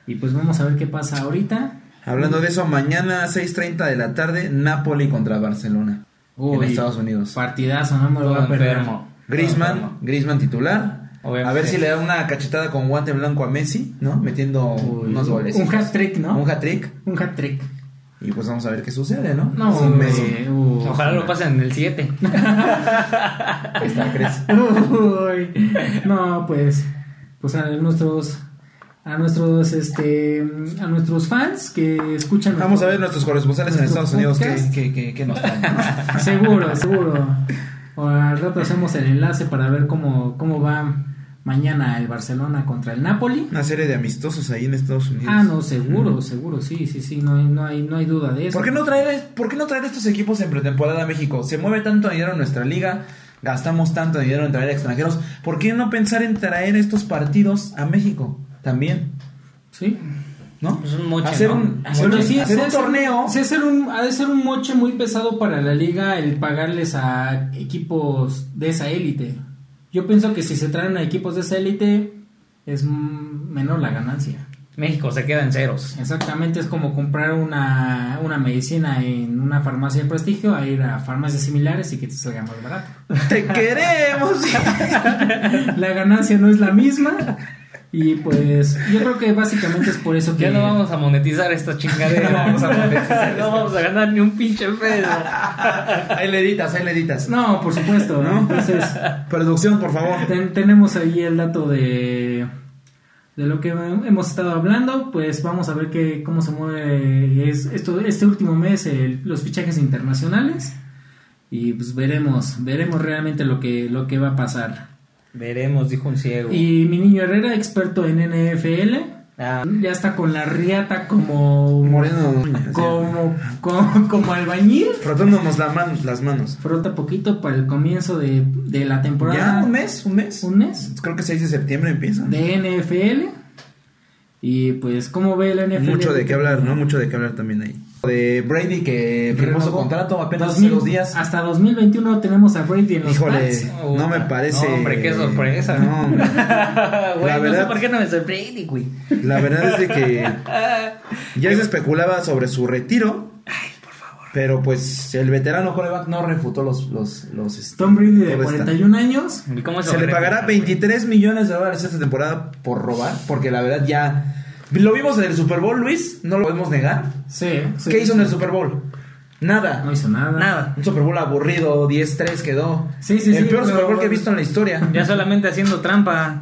Speaker 3: Y pues vamos a ver qué pasa ahorita.
Speaker 5: Hablando de eso, mañana 6.30 de la tarde, Napoli contra Barcelona.
Speaker 3: Uy,
Speaker 5: en Estados Unidos.
Speaker 3: Partidazo, no me lo
Speaker 4: Todo
Speaker 3: va a perder.
Speaker 4: enfermo. Todo
Speaker 5: Griezmann,
Speaker 4: enfermo.
Speaker 5: Griezmann titular.
Speaker 4: Obviamente.
Speaker 5: A ver si le da una cachetada con guante blanco a Messi, ¿no? Metiendo
Speaker 3: Uy,
Speaker 5: unos goles.
Speaker 3: Un hat trick, ¿no?
Speaker 5: Un hat-trick.
Speaker 3: Un hat trick.
Speaker 5: Y pues vamos a ver qué sucede, ¿no?
Speaker 3: No,
Speaker 5: Es un
Speaker 3: hombre,
Speaker 5: Messi.
Speaker 3: uf.
Speaker 4: Ojalá lo pasen en el 7.
Speaker 5: Está, ¿crees?
Speaker 3: Uy, no, pues, pues a nuestros, a nuestros, este, a nuestros fans que escuchan. nuestro-
Speaker 5: Vamos a ver nuestros corresponsales en
Speaker 3: nuestro
Speaker 5: Estados Unidos qué,
Speaker 3: podcast.
Speaker 5: qué- qué- qué nos traen.
Speaker 3: Seguro, seguro. O al rato hacemos el enlace para ver cómo, cómo va mañana el Barcelona contra el Napoli.
Speaker 5: Una serie de amistosos ahí en Estados Unidos.
Speaker 3: Ah, no, seguro, seguro, sí, sí, sí, no hay, no hay, no hay duda de eso.
Speaker 5: ¿Por qué no traer, por qué no traer estos equipos en pretemporada a México? Se mueve tanto dinero en nuestra liga, gastamos tanto dinero en traer extranjeros. ¿Por qué no pensar en traer estos partidos a México también?
Speaker 3: Sí.
Speaker 5: ¿no?
Speaker 3: eh.
Speaker 4: Pues un moche,
Speaker 5: hacer
Speaker 4: ¿no?
Speaker 5: un, hacer
Speaker 3: Pero
Speaker 5: un-
Speaker 3: sí,
Speaker 5: hacer
Speaker 3: sí,
Speaker 5: un torneo.
Speaker 3: sí, hacer un- ha de ser un moche muy pesado para la liga el pagarles a equipos de esa élite. Yo pienso que si se traen a equipos de esa élite es mm, menor la ganancia.
Speaker 4: México se queda en ceros.
Speaker 3: Exactamente, es como comprar una, una medicina en una farmacia de prestigio a ir a farmacias similares y que te salga más barato.
Speaker 5: Te queremos.
Speaker 3: La ganancia no es la misma y pues yo creo que básicamente es por eso que...
Speaker 4: Ya no vamos a monetizar esta chingadera.
Speaker 5: No vamos a monetizar
Speaker 4: No vamos a ganar ni un pinche peso.
Speaker 5: ahí le editas, ahí le editas.
Speaker 3: No, por supuesto, ¿no? Entonces...
Speaker 5: Producción, por favor.
Speaker 3: Ten- tenemos ahí el dato de, de lo que hemos estado hablando. Pues vamos a ver que, cómo se mueve es, esto, este último mes el- los fichajes internacionales. Y pues veremos, veremos realmente lo que, lo que va a pasar.
Speaker 4: Veremos, dijo un ciego.
Speaker 3: Y mi niño Herrera, experto en NFL,
Speaker 4: Ah,
Speaker 3: ya está con la riata como.
Speaker 5: Moreno, así.
Speaker 3: Como, como, como albañil.
Speaker 5: frotándonos la man- las manos.
Speaker 3: Frota poquito para el comienzo de, de la temporada.
Speaker 5: Ya un mes, un mes.
Speaker 3: Un mes.
Speaker 5: Creo que 6 de septiembre empieza.
Speaker 3: de NFL. Y pues, ¿cómo ve la NFL?
Speaker 5: Mucho de qué hablar, ¿no? Mucho de qué hablar también ahí. De Brady que firmó su
Speaker 3: Renovó.
Speaker 5: contrato apenas hace
Speaker 3: 2000
Speaker 5: dos días.
Speaker 3: Hasta 2021 tenemos a Brady en los
Speaker 5: Híjole,
Speaker 3: Pats.
Speaker 5: no me parece.
Speaker 4: No, hombre, qué sorpresa.
Speaker 5: No, hombre.
Speaker 4: güey, no sé
Speaker 5: verdad-
Speaker 4: por qué no me sorprendí, güey.
Speaker 5: La verdad es de que ya se especulaba sobre su retiro. Pero pues el veterano coreback no refutó los... los, los este,
Speaker 3: Tom Brady de
Speaker 5: todo esta.
Speaker 3: 41 años.
Speaker 4: ¿Y cómo
Speaker 5: Se le
Speaker 4: sorprende?
Speaker 5: pagará 23 millones de dólares esta temporada por robar. Porque la verdad ya... Lo vimos en el Super Bowl, Luis. No lo podemos negar.
Speaker 3: Sí, sí.
Speaker 5: ¿Qué hizo en el Super Bowl? Nada.
Speaker 3: No hizo nada.
Speaker 4: Nada.
Speaker 5: Un Super Bowl aburrido, 10-3 quedó.
Speaker 3: Sí, sí, sí,
Speaker 5: el peor
Speaker 3: pero-
Speaker 5: Super Bowl que he visto en la historia.
Speaker 4: Ya solamente haciendo trampa.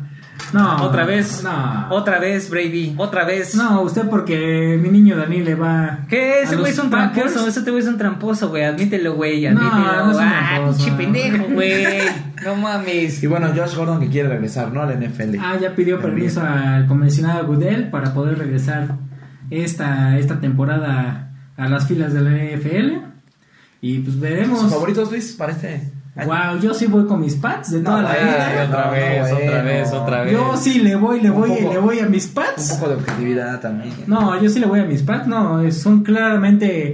Speaker 3: No.
Speaker 4: Otra vez.
Speaker 3: No.
Speaker 4: Otra vez, Brady. Otra vez.
Speaker 3: No, usted porque mi niño Dani le va.
Speaker 4: ¿Qué? Ese
Speaker 3: a
Speaker 4: güey es
Speaker 3: los
Speaker 4: un
Speaker 3: Packers.
Speaker 4: tramposo. Ese güey es un tramposo, güey. Admítelo, güey.
Speaker 3: No,
Speaker 4: Admítelo.
Speaker 3: no es un
Speaker 4: ah,
Speaker 3: tramposo.
Speaker 4: pinche pendejo, güey. No mames.
Speaker 5: Y bueno, Josh Gordon que quiere regresar, ¿no? A la NFL.
Speaker 3: Ah, ya pidió
Speaker 5: También.
Speaker 3: permiso al comisionado Goodell para poder regresar esta, esta temporada a las filas de la NFL. Y pues veremos.
Speaker 5: ¿Sus favoritos, Luis, para este año?
Speaker 3: Wow, yo sí voy con mis pads de toda la
Speaker 5: vaya,
Speaker 3: vida.
Speaker 5: otra vez, otra vez, otra
Speaker 3: Yo sí le voy, le
Speaker 5: Un
Speaker 3: voy,
Speaker 5: poco-
Speaker 3: le voy a mis
Speaker 5: Un
Speaker 3: pads.
Speaker 5: poco de objetividad también.
Speaker 3: No, yo sí le voy a mis pads. No, son claramente.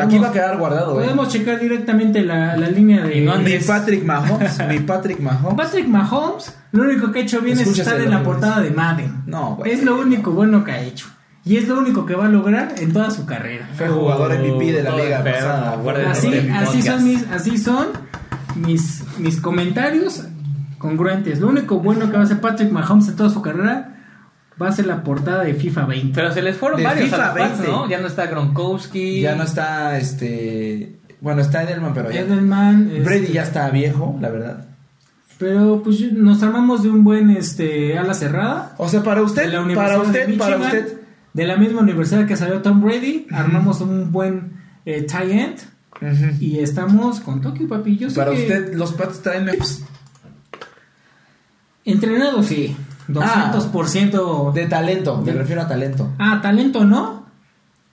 Speaker 5: Aquí va a quedar guardado, eh.
Speaker 3: Podemos checar directamente la, la línea de.
Speaker 4: Y no
Speaker 5: Mi
Speaker 4: Andrés.
Speaker 5: Patrick Mahomes, mi Patrick Mahomes.
Speaker 3: Patrick Mahomes, lo único que ha hecho bien es
Speaker 5: Escúchaselo,
Speaker 3: estar en la
Speaker 5: güey.
Speaker 3: portada de Madden.
Speaker 5: No, güey.
Speaker 3: Es lo único bueno que ha hecho. Y es lo único que va a lograr en toda su carrera.
Speaker 5: Fue jugador MVP de la
Speaker 4: Todo
Speaker 5: liga
Speaker 4: enfermo,
Speaker 5: pasada.
Speaker 4: guarda-
Speaker 3: Así,
Speaker 4: de mi
Speaker 3: así
Speaker 4: podcast.
Speaker 3: son, mis, así son mis, mis comentarios congruentes. Lo único bueno que va a hacer Patrick Mahomes en toda su carrera va a ser la portada de FIFA 20.
Speaker 4: Pero se les fueron
Speaker 5: De
Speaker 4: varios
Speaker 5: FIFA
Speaker 4: a los Pats,
Speaker 5: 20.
Speaker 4: ¿no? Ya no está Gronkowski.
Speaker 5: Ya no está este. Bueno, está Edelman, pero ya.
Speaker 3: Edelman, este,
Speaker 5: Brady ya está viejo, la verdad.
Speaker 3: Pero pues yo- nos armamos de un buen este ala cerrada.
Speaker 5: O sea, para
Speaker 3: de
Speaker 5: usted,
Speaker 3: la
Speaker 5: para
Speaker 3: Universidad de
Speaker 5: usted, para
Speaker 3: Michigan,
Speaker 5: usted.
Speaker 3: De la misma universidad que salió Tom Brady, armamos un buen eh, tight end
Speaker 5: Ujú.
Speaker 3: y estamos con Tokio, papi. Yo sé
Speaker 5: Para
Speaker 3: que
Speaker 5: usted, los Pats traen.
Speaker 3: entrenado
Speaker 5: Ah.
Speaker 3: sí, 200%.
Speaker 5: De talento, me
Speaker 3: De-
Speaker 5: refiero a talento.
Speaker 3: Ah, talento no,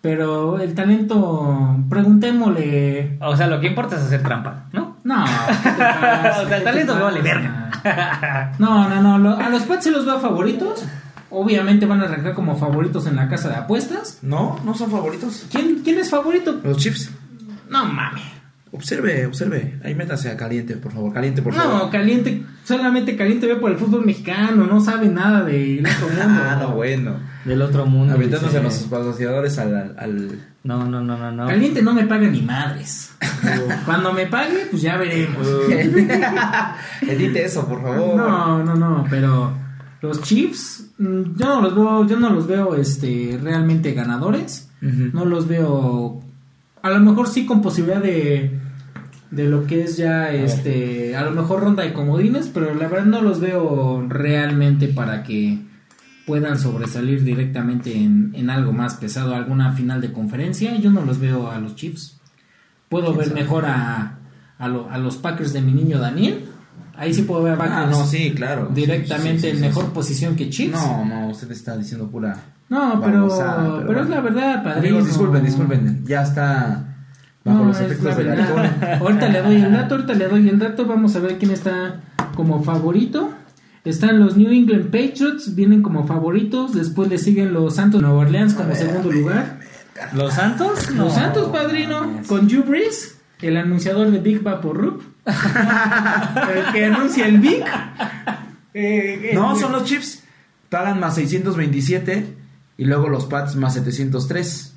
Speaker 3: pero el talento, preguntémosle.
Speaker 4: O sea, lo que importa es hacer trampa, ¿no?
Speaker 3: No, ¿qué te pasa?
Speaker 4: O sea, el
Speaker 3: ¿Qué te
Speaker 4: talento me vale
Speaker 3: pasa? No, no, no. lo- a los Pats se los va favoritos. Obviamente van a arrancar como favoritos en la casa de apuestas.
Speaker 5: No, no son favoritos.
Speaker 3: ¿Quién, quién es favorito?
Speaker 5: Los Chiefs.
Speaker 3: No mames.
Speaker 5: Observe, observe. Ahí métase a caliente, por favor. Caliente, por
Speaker 3: No,
Speaker 5: favor.
Speaker 3: caliente, solamente caliente ve por el fútbol mexicano, no sabe nada del otro mundo.
Speaker 5: Ah, no, bueno.
Speaker 4: Del otro mundo.
Speaker 5: Aventándose a
Speaker 4: dice.
Speaker 5: los patrocinadores al, al-
Speaker 4: No, no, no, no, no.
Speaker 3: Caliente no me paga ni madres. Cuando me pague, pues ya veremos.
Speaker 5: Edite eso, por favor.
Speaker 3: No, no, no, pero los Chiefs, mm, yo no los veo, yo no los veo este realmente ganadores.
Speaker 5: Ujú.
Speaker 3: No los veo a lo mejor sí con posibilidad de de lo que es ya este, a lo mejor ronda de comodines, pero la verdad no los veo realmente para que puedan sobresalir directamente en, en algo más pesado, alguna final de conferencia. Yo no los veo a los Chiefs. Puedo ver mejor a, a, lo- a los Packers de mi niño Daniel. Ahí sí puedo ver a
Speaker 5: Ah,
Speaker 3: Packers
Speaker 5: no, sí, claro.
Speaker 3: directamente
Speaker 5: Sí, sí, sí,
Speaker 3: en
Speaker 5: sí,
Speaker 3: mejor
Speaker 5: sí.
Speaker 3: posición que Chiefs.
Speaker 5: No, no, usted está diciendo pura.
Speaker 3: No, pero,
Speaker 5: babosada,
Speaker 3: pero, es
Speaker 5: bueno.
Speaker 3: la verdad, padrino.
Speaker 5: Amigos, disculpen, disculpen. Ya está bajo
Speaker 3: No,
Speaker 5: los
Speaker 3: es la
Speaker 5: efectos del alcohol.
Speaker 3: verdad. Ahorita le doy el dato, ahorita le doy el dato. Vamos a ver quién está como favorito. Están los New England Patriots, vienen como favoritos. Después le siguen los Santos de Nueva Orleans como segundo lugar.
Speaker 4: ¿Los Santos? No.
Speaker 3: Los Santos, padrino, con Drew Brees, el anunciador de Big Vaporrup. el que anuncia el Big. Eh, eh,
Speaker 5: No, son los Chiefs. Pagan más 627 y luego los Pats más 703.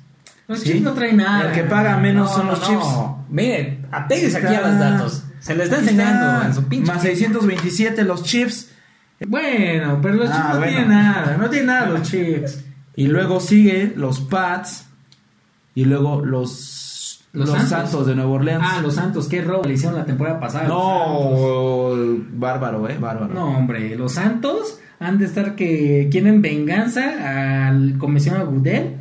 Speaker 3: Los
Speaker 5: Sí.
Speaker 3: Chiefs Ah, no traen nada.
Speaker 5: El que paga menos
Speaker 4: No,
Speaker 5: son los
Speaker 4: no,
Speaker 5: Chiefs.
Speaker 4: no. Miren, apéguense aquí
Speaker 5: Está-
Speaker 4: a los datos. Se les está enseñando en su pinche.
Speaker 5: Más 627 los Chiefs.
Speaker 3: Bueno, pero los
Speaker 5: Ah,
Speaker 3: Chiefs no
Speaker 5: bueno.
Speaker 3: tienen nada. No tienen nada los Chiefs.
Speaker 5: Y luego sigue los Pats. Y luego los,
Speaker 3: ¿Los
Speaker 5: los,
Speaker 3: Santos?
Speaker 5: Santos. de Nueva Orleans.
Speaker 3: Ah, los Santos, qué robo le hicieron la temporada pasada.
Speaker 5: no, bárbaro, eh, bárbaro.
Speaker 3: No, hombre, los Santos han de estar que quieren venganza al comisionado Goodell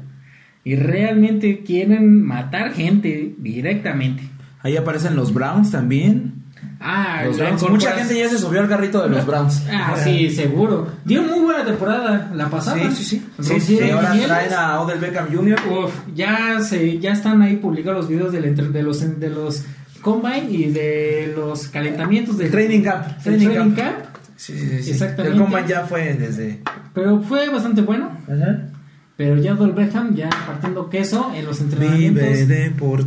Speaker 3: y realmente quieren matar gente directamente.
Speaker 5: Ahí aparecen los Browns también.
Speaker 3: Ah,
Speaker 5: Los
Speaker 3: la
Speaker 5: Browns.
Speaker 3: incorporación-
Speaker 5: Mucha gente ya se subió al carrito de los Browns.
Speaker 3: Ah, sí, seguro. Dio muy buena temporada la pasada.
Speaker 5: Ah, Sí, sí, sí.
Speaker 3: Rompieron
Speaker 5: Y ahora
Speaker 3: rieles.
Speaker 5: traen a Odell Beckham Jr.
Speaker 3: Uf, ya se, ya están ahí publicados los videos del entre- de los de los combine y de los calentamientos del
Speaker 5: El training camp.
Speaker 3: del training camp.
Speaker 5: Sí, sí, sí, sí.
Speaker 3: Exactamente.
Speaker 5: El combine ya fue desde.
Speaker 3: Pero fue bastante bueno. Pero ya Odell Beckham ya partiendo queso en los
Speaker 5: Vive
Speaker 3: entrenamientos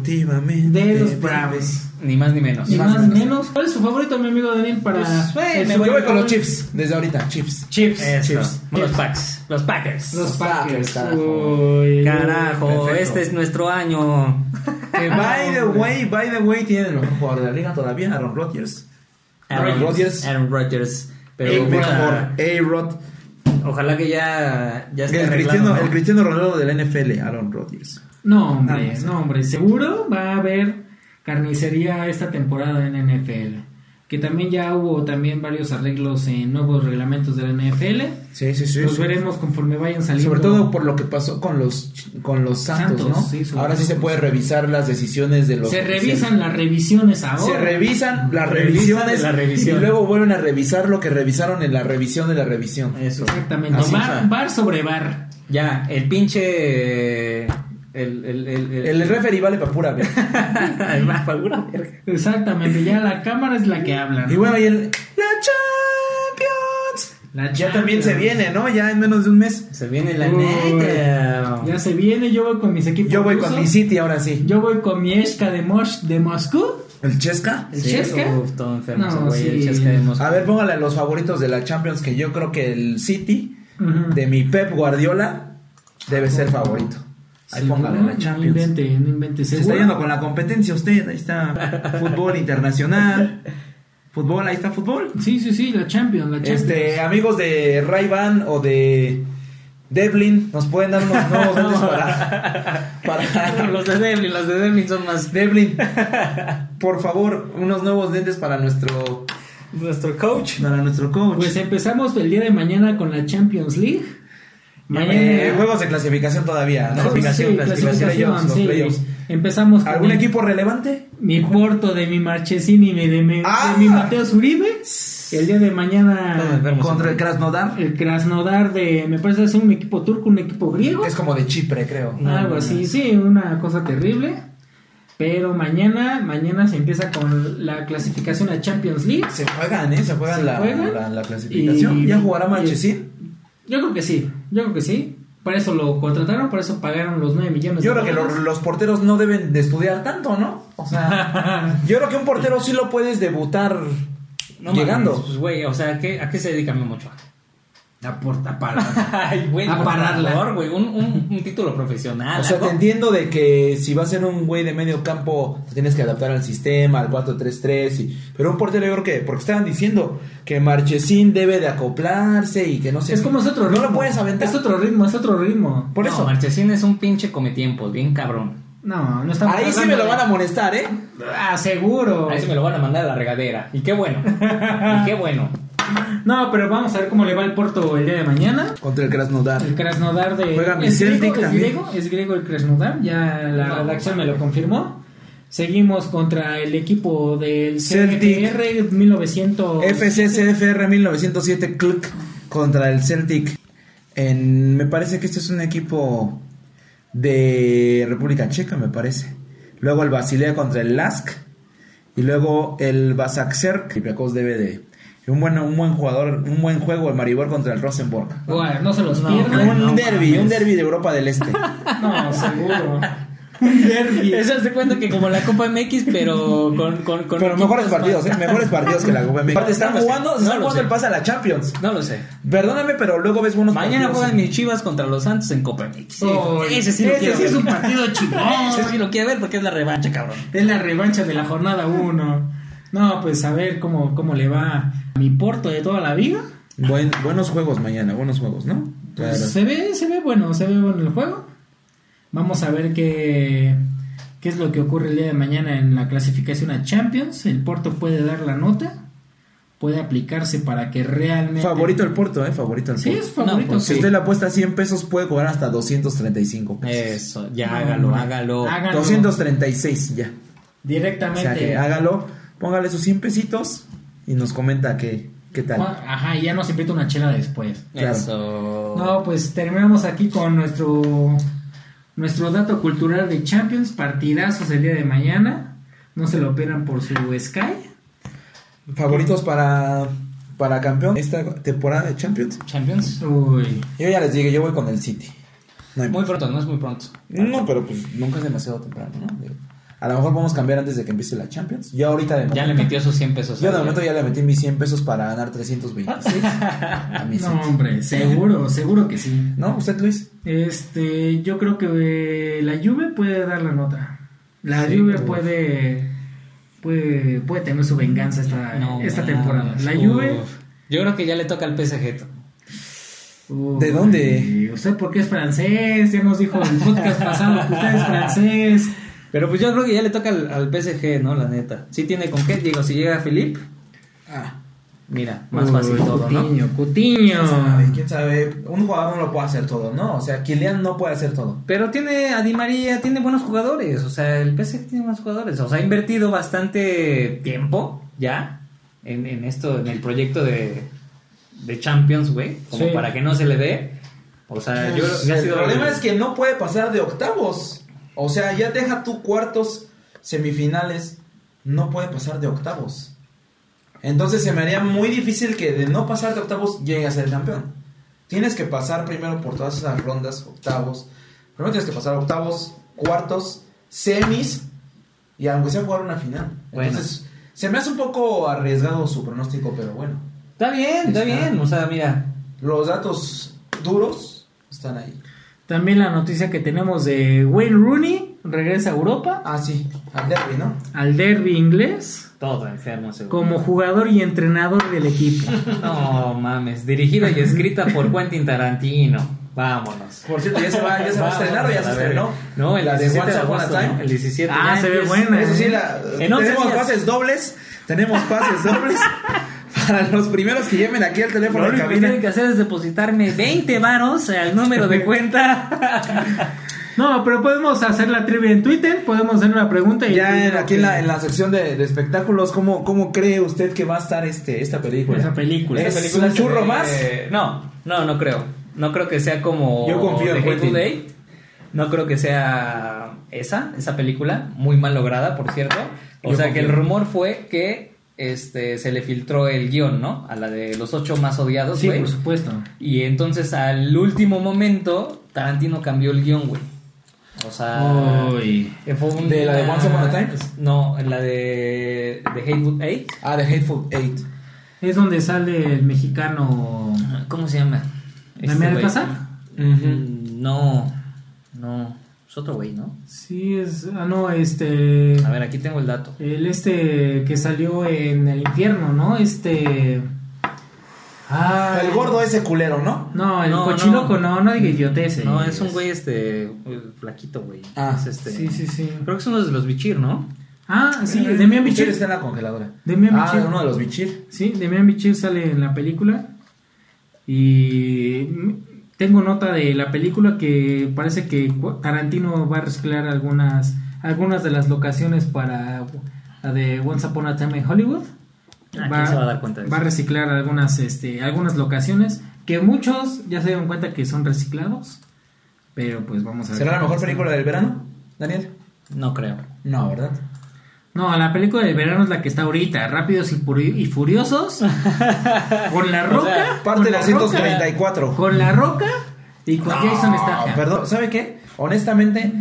Speaker 5: deportivamente.
Speaker 3: de los
Speaker 5: vive.
Speaker 3: Bravos.
Speaker 4: Ni más ni menos.
Speaker 3: Ni
Speaker 5: más o
Speaker 3: más ni
Speaker 5: menos.
Speaker 3: menos. ¿Cuál es su favorito, mi amigo Daniel? Para
Speaker 4: Pues, güey,
Speaker 3: el
Speaker 4: me
Speaker 3: Super
Speaker 5: Yo voy con
Speaker 3: Bowl?
Speaker 5: los Chiefs, desde ahorita, Chiefs.
Speaker 3: Chiefs.
Speaker 4: Eso.
Speaker 5: Chiefs.
Speaker 4: Los Packs. Los Packers.
Speaker 3: Los Packers.
Speaker 5: Ah, Carajo.
Speaker 3: Uy,
Speaker 4: Carajo,
Speaker 5: Perfecto.
Speaker 4: este es nuestro año.
Speaker 5: Ah,
Speaker 3: qué
Speaker 5: Eh, By the
Speaker 3: hombre.
Speaker 5: way, by the way, tiene el mejor jugador de la liga todavía, Aaron Rodgers. Aaron Rodgers.
Speaker 4: Aaron Rodgers. Pero
Speaker 5: El mejor,
Speaker 4: puta,
Speaker 5: A-Rod.
Speaker 4: ojalá que ya, ya esté
Speaker 5: El
Speaker 4: arreglado.
Speaker 5: cristiano,
Speaker 4: ¿no?
Speaker 5: el cristiano Ronaldo de la NFL, Aaron Rodgers.
Speaker 3: No, hombre,
Speaker 5: Ah, sí.
Speaker 3: no, hombre. Seguro va a haber carnicería esta temporada en NFL. que también ya hubo también varios arreglos en nuevos reglamentos de la NFL.
Speaker 5: Sí, sí, sí.
Speaker 3: Los
Speaker 5: sí.
Speaker 3: veremos conforme vayan saliendo.
Speaker 5: Sobre todo por lo que pasó con los ch- con los Santos,
Speaker 3: Santos,
Speaker 5: ¿no?
Speaker 3: sí, sobre
Speaker 5: Ahora sí
Speaker 3: todo
Speaker 5: se
Speaker 3: con
Speaker 5: puede
Speaker 3: Santos.
Speaker 5: revisar las decisiones de los
Speaker 3: se revisan las revisiones ahora.
Speaker 5: se revisan
Speaker 4: Revisan
Speaker 5: las revisiones
Speaker 4: la revisión.
Speaker 5: y luego vuelven a revisar lo que revisaron en la revisión de la revisión.
Speaker 4: Eso.
Speaker 3: Exactamente.
Speaker 4: Así, o sea,
Speaker 3: Bar, bar sobre bar.
Speaker 4: Ya, el pinche. eh, El. El. El.
Speaker 5: El, referee vale para pura verga.
Speaker 4: el más pura verga.
Speaker 3: Exactamente, ya la cámara es la que habla. ¿no?
Speaker 5: Y bueno, y el la Champions.
Speaker 3: La
Speaker 5: Ya también
Speaker 3: Champions.
Speaker 5: se viene, ¿no? Ya en menos de un mes.
Speaker 4: Se viene la
Speaker 3: Uy,
Speaker 4: neta.
Speaker 3: Ya se viene, yo voy con mis equipos.
Speaker 5: Yo voy
Speaker 3: rusos.
Speaker 5: con mi City ahora sí.
Speaker 3: Yo voy con mi Eshka de, Mosh, de Moscú.
Speaker 5: ¿El Chesca?
Speaker 3: ¿El Chesca?
Speaker 4: Uf, todo enfermo,
Speaker 3: No,
Speaker 4: ese güey, el
Speaker 3: sí.
Speaker 4: Chesca de Moscú.
Speaker 5: A ver, póngale los favoritos de la Champions que yo creo que el City
Speaker 3: Ujú.
Speaker 5: de mi Pep Guardiola debe ser favorito. Ahí
Speaker 3: Seguro,
Speaker 5: póngale la
Speaker 3: No
Speaker 5: Champions.
Speaker 3: invente, no invente.
Speaker 5: Se está
Speaker 3: seguro.
Speaker 5: yendo con la competencia usted, ahí está fútbol internacional, fútbol, ahí está fútbol.
Speaker 3: Sí, sí, sí, la Champions, la Champions.
Speaker 5: Este, amigos de Ray-Ban o de Devlin, nos pueden dar unos nuevos dotes para, para
Speaker 4: Ah, los de Devlin, los de Devlin son más.
Speaker 5: Devlin. Por favor, unos nuevos dientes para nuestro
Speaker 4: Nuestro coach.
Speaker 5: para nuestro coach.
Speaker 3: Pues empezamos el día de mañana con la Champions League. Mañana. Ah,
Speaker 5: Eh, juegos de clasificación todavía, ¿no?
Speaker 4: Clasificación,
Speaker 3: Sí,
Speaker 4: clasificación,
Speaker 5: playoffs, los
Speaker 3: sí.
Speaker 5: playoffs.
Speaker 3: Empezamos con
Speaker 5: ¿Algún
Speaker 3: el-
Speaker 5: equipo relevante?
Speaker 3: Mi Porto de mi Marchesini, de, mi- de
Speaker 5: ¡Ah!
Speaker 3: mi Mateo Uribe. El día de
Speaker 4: Todo
Speaker 3: mañana
Speaker 4: enfermo.
Speaker 5: Contra el Krasnodar,
Speaker 3: el Krasnodar de, me parece que es un equipo turco, un equipo griego.
Speaker 5: que es como de Chipre, creo.
Speaker 4: No, no,
Speaker 3: Algo
Speaker 4: no.
Speaker 3: así, sí, una cosa terrible. Pero mañana, mañana se empieza con la clasificación a Champions League.
Speaker 5: Se juegan, ¿eh? Se juegan,
Speaker 3: Se
Speaker 5: la,
Speaker 3: juegan.
Speaker 5: la- la clasificación.
Speaker 3: Y-
Speaker 5: ¿Ya jugará
Speaker 3: y-
Speaker 5: Manchesín?
Speaker 3: Yo creo que sí, yo creo que sí. Para eso lo contrataron, para eso pagaron los 9 millones.
Speaker 5: Yo
Speaker 3: de
Speaker 5: creo que los,
Speaker 3: dólares.
Speaker 5: los porteros no deben de estudiar tanto, ¿no? O sea, yo creo que un portero sí lo puedes debutar
Speaker 4: No
Speaker 5: llegando.
Speaker 4: mames, pues, güey, o sea, ¿a qué, a qué se dedica Memochoa?
Speaker 3: La puerta para.
Speaker 4: Ay, güey,
Speaker 3: A
Speaker 4: por
Speaker 3: pararla.
Speaker 4: favor, güey, un, un, un título profesional.
Speaker 5: o sea,
Speaker 4: algo.
Speaker 5: te entiendo de que si va a ser un güey de medio campo, te tienes que adaptar al sistema, al 4-3-3. y- Pero un portero, yo creo que, porque estaban diciendo que Marchesín debe de acoplarse y que no sé.
Speaker 3: es como es otro
Speaker 5: No
Speaker 3: ritmo.
Speaker 5: lo puedes aventar.
Speaker 3: Es otro ritmo, es otro ritmo.
Speaker 5: Por
Speaker 4: No,
Speaker 5: eso.
Speaker 4: Marchesín es un pinche cometiempos, bien cabrón.
Speaker 3: No, no estamos
Speaker 5: Ahí sí me
Speaker 3: hablando
Speaker 5: lo
Speaker 3: de-
Speaker 5: van a molestar, ¿eh?
Speaker 3: Ah, seguro.
Speaker 4: Ahí se me lo van a mandar a la regadera. Y qué bueno. y qué bueno.
Speaker 3: No, pero vamos a ver cómo le va el Porto el día de mañana.
Speaker 5: Contra el Krasnodar.
Speaker 3: El Krasnodar de.
Speaker 5: Juega mi
Speaker 3: ¿es, griego,
Speaker 5: Celtic
Speaker 3: es,
Speaker 5: también.
Speaker 3: griego, es griego el Krasnodar, ya la
Speaker 4: No,
Speaker 3: redacción me
Speaker 4: no.
Speaker 3: lo confirmó. Seguimos contra el equipo del
Speaker 5: Celtic.
Speaker 3: CFR 1900.
Speaker 5: FCCFR 1907 Club contra el Celtic. En- me parece que este es un equipo de República Checa, me parece. Luego el Basilea contra el Lask. Y luego el Basaksehir. Olympiacos debe de. Un buen, un buen jugador, un buen juego el Maribor contra el Rosenborg.
Speaker 3: Bueno, no se los
Speaker 4: No,
Speaker 3: pierdan.
Speaker 5: un
Speaker 4: no
Speaker 5: derby,
Speaker 4: mames.
Speaker 5: un derby de Europa del Este.
Speaker 3: No, seguro. Un derbi.
Speaker 4: Eso se cuenta que como la Copa MX, pero con. con, con
Speaker 5: Pero mejores
Speaker 4: equipos
Speaker 5: partidos,
Speaker 4: más-
Speaker 5: ¿eh? Mejores partidos que la Copa México. Aparte, están
Speaker 4: No lo sé,
Speaker 5: jugando, se
Speaker 4: no
Speaker 5: están
Speaker 4: lo
Speaker 5: jugando
Speaker 4: sé.
Speaker 5: el pase a la Champions.
Speaker 4: No lo sé.
Speaker 5: Perdóname, pero luego ves buenos
Speaker 4: Mañana
Speaker 5: partidos.
Speaker 4: juegan mis chivas contra los Santos en Copa MX.
Speaker 3: Oh,
Speaker 4: ese sí lo
Speaker 3: ese
Speaker 4: quiero
Speaker 3: sí
Speaker 4: ver.
Speaker 3: es un partido chingón.
Speaker 4: Ese sí lo quiero ver porque es la revancha, cabrón.
Speaker 3: Es la revancha de la jornada 1. No, pues a ver cómo, cómo le va a mi Porto de toda la vida.
Speaker 5: Buen- buenos juegos mañana, buenos juegos, ¿no?
Speaker 3: Pues se ve, se ve bueno, se ve bueno el juego. Vamos a ver qué, qué es lo que ocurre el día de mañana en la clasificación a Champions. El Porto puede dar la nota, puede aplicarse para que realmente.
Speaker 5: Favorito el Porto, ¿eh? Favorito el
Speaker 3: Sí,
Speaker 5: Porto.
Speaker 3: es favorito.
Speaker 4: No, pues
Speaker 5: Si
Speaker 3: sí.
Speaker 5: usted le apuesta 100 pesos, puede cobrar hasta 235 pesos.
Speaker 4: Eso, ya
Speaker 3: No,
Speaker 4: hágalo,
Speaker 3: hombre. Ah,
Speaker 4: hágalo.
Speaker 3: Hágalo.
Speaker 5: 236 ya. O
Speaker 3: Directamente.
Speaker 5: sea que hágalo, póngale sus 100 pesitos y nos comenta qué, qué tal.
Speaker 3: Ajá, y ya nos invita una chela después.
Speaker 5: Claro.
Speaker 4: Eso.
Speaker 3: No, pues terminamos aquí con nuestro nuestro dato cultural de Champions, partidazos el día de mañana. No se lo operan por su Sky.
Speaker 5: Favoritos para, para campeón esta temporada de Champions.
Speaker 4: Champions.
Speaker 3: Uy.
Speaker 5: Yo ya les dije, yo voy con el City. No, hay-
Speaker 4: Muy pronto, no es muy pronto.
Speaker 5: no, pero pues nunca es demasiado temprano, ¿no? Digo, A lo mejor podemos cambiar antes de que empiece la Champions. Yo ahorita de
Speaker 4: Ya
Speaker 5: momento-
Speaker 4: le metió sus 100 pesos.
Speaker 5: Yo de
Speaker 4: al-
Speaker 5: momento ya le metí mis 100 pesos para ganar 326 a mi
Speaker 3: No,
Speaker 5: City.
Speaker 3: hombre, seguro, seguro que sí.
Speaker 5: ¿No? ¿Usted, Luis?
Speaker 3: Este, yo creo que eh, la Juve puede dar la nota. La
Speaker 5: Sí,
Speaker 3: Juve
Speaker 5: uf.
Speaker 3: puede, puede puede tener su venganza esta,
Speaker 4: No,
Speaker 3: esta
Speaker 4: mames,
Speaker 3: temporada. La
Speaker 4: uf.
Speaker 3: Juve.
Speaker 4: Yo creo que ya le toca al PSG.
Speaker 3: Uy,
Speaker 5: ¿De dónde?
Speaker 3: ¿Usted por qué es francés? Ya nos dijo en el podcast pasado que usted es francés.
Speaker 4: Pero pues yo creo que ya le toca al, al PSG, ¿no? La neta. Sí tiene con qué. Digo, si llega Philip,
Speaker 6: Ah,
Speaker 4: Mira, más fácil
Speaker 3: Uy,
Speaker 4: todo, ¿no?
Speaker 3: Cutiño,
Speaker 5: ¿Quién sabe?
Speaker 3: Cutiño.
Speaker 5: ¿Quién sabe? Un jugador no lo puede hacer todo, ¿no? O sea, Kylian no puede hacer todo.
Speaker 4: Pero tiene a Di María, tiene buenos jugadores. O sea, el PSG tiene buenos jugadores. O sea, ha invertido bastante tiempo ya en, en esto, en el proyecto de, de Champions, güey. Como
Speaker 3: Sí.
Speaker 4: para que no se le dé. O sea, Ah, yo
Speaker 5: Pues,
Speaker 4: me ha
Speaker 5: el
Speaker 4: sido-
Speaker 5: problema es que no puede pasar de octavos. O sea, ya deja tú cuartos, semifinales, no puede pasar de octavos. Entonces se me haría muy difícil que de no pasar de octavos llegue a ser el campeón. Tienes que pasar primero por todas esas rondas, octavos. Primero tienes que pasar octavos, cuartos, semis y aunque sea jugar una final.
Speaker 4: Bueno.
Speaker 5: Entonces, se me hace un poco arriesgado su pronóstico, pero bueno.
Speaker 4: Está bien, está
Speaker 5: Está.
Speaker 4: bien. O sea, mira.
Speaker 5: Los datos duros están ahí.
Speaker 3: También la noticia que tenemos de Wayne Rooney regresa a Europa
Speaker 5: Ah, sí, al derby, ¿no?
Speaker 3: al derby inglés
Speaker 4: Todo enfermo, seguro.
Speaker 3: como jugador y entrenador del equipo.
Speaker 4: No mames. Dirigida y escrita por Quentin Tarantino. Vámonos.
Speaker 5: Por cierto, ya se va, Ah, ya se va a estrenar o ya se
Speaker 4: A ver,
Speaker 5: estrenó.
Speaker 4: No, el
Speaker 5: La de
Speaker 4: 17 de
Speaker 5: Once Upon a
Speaker 4: agosto, ¿no?
Speaker 5: Time.
Speaker 4: El 17
Speaker 3: Ah,
Speaker 4: ya
Speaker 3: se ve
Speaker 4: empieza-
Speaker 3: buena.
Speaker 5: Eso sí, la-
Speaker 4: En once
Speaker 5: tenemos
Speaker 4: días.
Speaker 5: pases.
Speaker 6: pases dobles, tenemos pases dobles para los primeros que llamen aquí al
Speaker 4: Lo
Speaker 6: teléfono de
Speaker 4: único que
Speaker 6: cabina.
Speaker 4: tienen que hacer es depositarme 20 varos al número de cuenta.
Speaker 3: No, pero podemos hacer la trivia en Twitter, podemos hacer una pregunta y
Speaker 6: Ya en-
Speaker 5: Aquí en la, en la sección de, de espectáculos, ¿cómo, ¿cómo cree usted que va a estar este, esta película?
Speaker 3: esa película.
Speaker 5: ¿Es
Speaker 4: Esa película
Speaker 5: un
Speaker 4: se
Speaker 5: churro
Speaker 4: ve-
Speaker 5: más?
Speaker 4: No, no, no creo. No creo que sea como.
Speaker 5: Yo confío en
Speaker 4: The Hateful
Speaker 5: Quentin.
Speaker 4: Eight. No creo que sea esa, esa película. Muy mal lograda, por cierto. O
Speaker 5: Yo
Speaker 4: sea que
Speaker 5: confío.
Speaker 4: el rumor fue que este se le filtró el guión, ¿no? A la de los ocho más odiados,
Speaker 3: Sí,
Speaker 4: güey.
Speaker 3: por supuesto.
Speaker 4: y entonces al último momento, Tarantino cambió el guión, güey. O sea. Que fue un-
Speaker 5: ¿De la de Once Upon a Time?
Speaker 4: No, la de, de Hateful Eight.
Speaker 5: Ah, de Hateful Eight.
Speaker 3: Es donde sale el mexicano.
Speaker 4: ¿Cómo se llama? Este
Speaker 3: ¿Damián
Speaker 4: güey.
Speaker 3: Alcázar?
Speaker 4: Mm, No, no. Es otro güey, ¿no?
Speaker 3: Sí, es. Ah, no, este.
Speaker 4: A ver, aquí tengo el dato.
Speaker 3: El este que salió en el infierno, ¿no? Este. Ah.
Speaker 5: El gordo ese culero, ¿no?
Speaker 3: No, el
Speaker 4: No,
Speaker 3: cochinoco,
Speaker 4: no.
Speaker 3: no, no, diga idioteces.
Speaker 4: No, es un güey este eh, flaquito, güey.
Speaker 5: Ah,
Speaker 4: es este.
Speaker 3: Sí, sí, sí.
Speaker 4: Creo que es uno de los Bichir, ¿no?
Speaker 3: Ah, sí, Demian
Speaker 5: Bichir
Speaker 3: Bichir.
Speaker 5: está en la congeladora.
Speaker 3: Demian
Speaker 5: ah,
Speaker 3: Bichir.
Speaker 5: uno de los Bichir.
Speaker 3: Sí, Demian Bichir sale en la película. Y mm, tengo nota de la película que parece que cu- Tarantino va a reciclar algunas, algunas de las locaciones para la de Once Upon a Time en Hollywood.
Speaker 4: Ah, ¿quién se va a dar cuenta de
Speaker 3: va a
Speaker 4: eso?
Speaker 3: reciclar algunas, este, algunas locaciones que muchos ya se dieron cuenta que son reciclados. Pero pues vamos a ver.
Speaker 5: ¿Será la
Speaker 3: qué
Speaker 5: mejor
Speaker 3: pasa.
Speaker 5: película del verano, Daniel?
Speaker 4: No creo.
Speaker 5: No, ¿verdad?
Speaker 3: No, la película del verano es la que está ahorita, Rápidos y, Furi- y Furiosos, con La Roca,
Speaker 5: Parte
Speaker 3: con
Speaker 5: de
Speaker 3: la Roca,
Speaker 5: la 134.
Speaker 3: con La Roca y con Jason
Speaker 5: Ah,
Speaker 3: Statham.
Speaker 5: perdón, ¿sabe qué? Honestamente,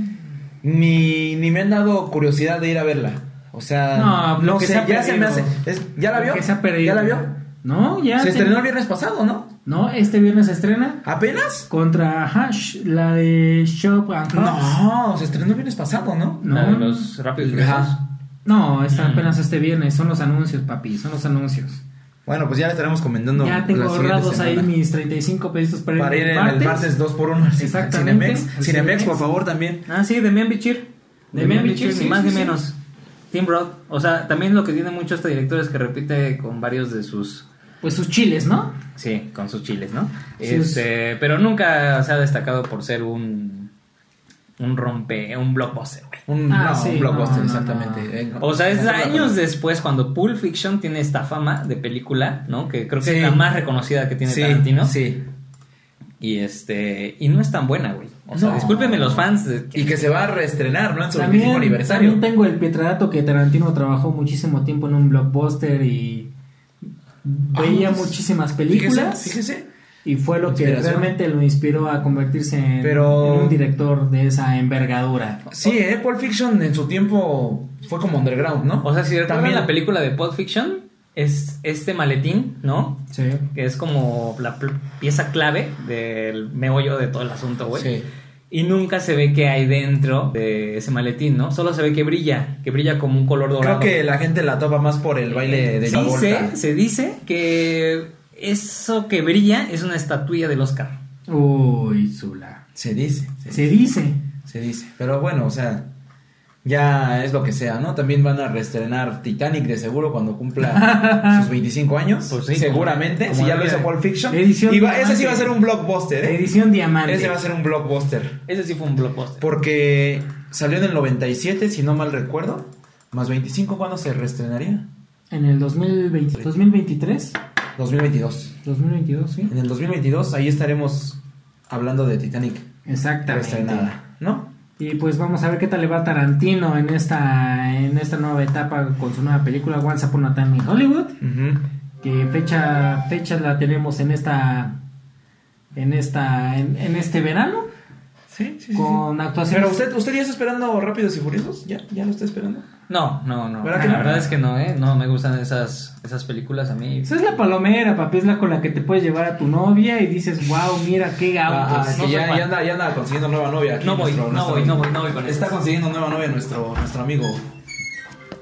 Speaker 5: ni, ni me han dado curiosidad de ir a verla. O sea,
Speaker 3: No,
Speaker 5: no,
Speaker 3: lo que
Speaker 5: sé,
Speaker 3: se ha
Speaker 5: ya se me hace.
Speaker 3: perdido.
Speaker 5: es- ¿Ya la vio?
Speaker 3: Que se ha perdido.
Speaker 5: ¿Ya la vio?
Speaker 3: No, ya.
Speaker 5: Se
Speaker 3: te-
Speaker 5: estrenó el viernes pasado, ¿no?
Speaker 3: No, este viernes se estrena
Speaker 5: ¿Apenas?
Speaker 3: contra Hash, la de Shop and House.
Speaker 5: No, se estrenó el viernes pasado, ¿no?
Speaker 3: No.
Speaker 4: La de los rápidos y furiosos.
Speaker 5: Ajá.
Speaker 3: No, está apenas este viernes, son los anuncios, papi, son los anuncios.
Speaker 6: Bueno, pues ya le estaremos comentando.
Speaker 3: ya tengo
Speaker 6: la siguiente
Speaker 3: ahorrados ahí
Speaker 6: semana.
Speaker 3: mis 35 pesitos para,
Speaker 6: Para ir en el martes 2 por 1
Speaker 3: Exactamente.
Speaker 6: Cinemex,
Speaker 3: Al
Speaker 6: Cinemex,
Speaker 3: Cinemex.
Speaker 6: por favor, también.
Speaker 4: Ah, sí, Demian Bichir.
Speaker 3: Demian
Speaker 4: Demian
Speaker 3: Bichir,
Speaker 4: Bichir,
Speaker 3: sí,
Speaker 4: ni más
Speaker 3: sí,
Speaker 4: ni
Speaker 3: sí.
Speaker 4: menos. Tim Roth. O sea, también lo que tiene mucho este director es que repite con varios de sus.
Speaker 3: Pues sus chiles, ¿no?
Speaker 4: Sí, con sus chiles, ¿no?
Speaker 3: Sus-
Speaker 4: Este, pero nunca se ha destacado por ser un. Un rompe. Un blockbuster, güey.
Speaker 5: Un,
Speaker 3: Ah,
Speaker 5: no,
Speaker 3: sí,
Speaker 5: un blockbuster,
Speaker 3: no, no,
Speaker 5: exactamente.
Speaker 3: no.
Speaker 5: Eh, no.
Speaker 4: O sea, es
Speaker 5: No, no, no.
Speaker 4: años después cuando Pulp Fiction tiene esta fama de película, ¿no? Que creo que
Speaker 5: Sí.
Speaker 4: es la más reconocida que tiene
Speaker 5: Sí,
Speaker 4: Tarantino.
Speaker 5: sí.
Speaker 4: Y este. Y no es tan buena, güey. O sea,
Speaker 5: No.
Speaker 4: discúlpenme los fans. de-
Speaker 5: Y que se va a reestrenar, ¿no? En su
Speaker 3: También,
Speaker 5: último aniversario.
Speaker 3: también tengo el Pietradato que Tarantino trabajó muchísimo tiempo en un blockbuster y veía
Speaker 5: Ah, pues,
Speaker 3: muchísimas
Speaker 5: Fíjese,
Speaker 3: películas
Speaker 5: fíjese.
Speaker 3: y fue lo que
Speaker 5: Inspiración.
Speaker 3: realmente lo inspiró a convertirse en,
Speaker 5: Pero-
Speaker 3: en un director de esa envergadura.
Speaker 5: Sí, eh, Pulp Fiction en su tiempo fue como underground, ¿no?
Speaker 4: O sea, si recuerdan
Speaker 5: También-
Speaker 4: la película de Pulp Fiction, es este maletín, ¿no?
Speaker 3: Sí.
Speaker 4: Que es como la pl- pieza clave del meollo de todo el asunto, güey.
Speaker 5: Sí.
Speaker 4: Y nunca se ve qué hay dentro de ese maletín, ¿no? Solo se ve que brilla, que brilla como un color
Speaker 5: Creo
Speaker 4: dorado.
Speaker 5: que la gente la topa más por el baile de la
Speaker 4: dice, se dice que eso que brilla es una estatuilla del Oscar.
Speaker 3: Uy, Zula.
Speaker 5: Se dice, se,
Speaker 3: Se dice.
Speaker 5: se dice. Pero bueno, o sea, ya es lo que sea, ¿no? También van a reestrenar Titanic de seguro cuando cumpla sus 25 años.
Speaker 4: Pues sí,
Speaker 5: seguramente,
Speaker 4: como-
Speaker 5: si
Speaker 4: como
Speaker 5: ya lo
Speaker 4: había-
Speaker 5: hizo Pulp Fiction.
Speaker 3: Edición
Speaker 5: Y va- ese sí
Speaker 3: diamante.
Speaker 5: va a ser un blockbuster, ¿eh?
Speaker 3: Edición diamante.
Speaker 5: Ese va a ser un blockbuster.
Speaker 4: Ese sí fue un blockbuster.
Speaker 5: Porque salió en el 97, si no mal recuerdo. Más 25, ¿cuándo se reestrenaría?
Speaker 3: En el 2020, 2023,
Speaker 5: 2022.
Speaker 3: 2022, sí.
Speaker 5: En el 2022, ahí estaremos hablando de Titanic
Speaker 3: Exactamente.
Speaker 5: reestrenada, ¿no?
Speaker 3: Y pues vamos a ver qué tal le va a Tarantino en esta en esta nueva etapa con su nueva película Once Upon a Time in Hollywood, que fecha fecha la tenemos en esta en esta en, en este verano
Speaker 5: Sí, sí, sí, sí.
Speaker 3: con actuaciones
Speaker 5: Pero usted, usted ya está esperando Rápidos y Furiosos, ya, ya lo está esperando.
Speaker 4: No, no, no.
Speaker 5: ¿Verdad
Speaker 4: La
Speaker 5: que no?
Speaker 4: verdad es que no, ¿eh? No, me gustan esas, esas películas a mí.
Speaker 3: Esa es la palomera, papi, es la con la que te puedes llevar a tu novia y dices, "Wow, mira qué autos."
Speaker 5: Ah,
Speaker 4: pues,
Speaker 5: que
Speaker 4: no
Speaker 5: ya,
Speaker 4: soy fan.
Speaker 5: ya anda, ya anda consiguiendo nueva novia. aquí
Speaker 4: No voy,
Speaker 5: nuestro-
Speaker 4: no
Speaker 5: nuestro
Speaker 4: voy, no
Speaker 5: amigo.
Speaker 4: voy, no voy con
Speaker 5: Está
Speaker 4: eso.
Speaker 5: consiguiendo nueva novia nuestro, nuestro amigo.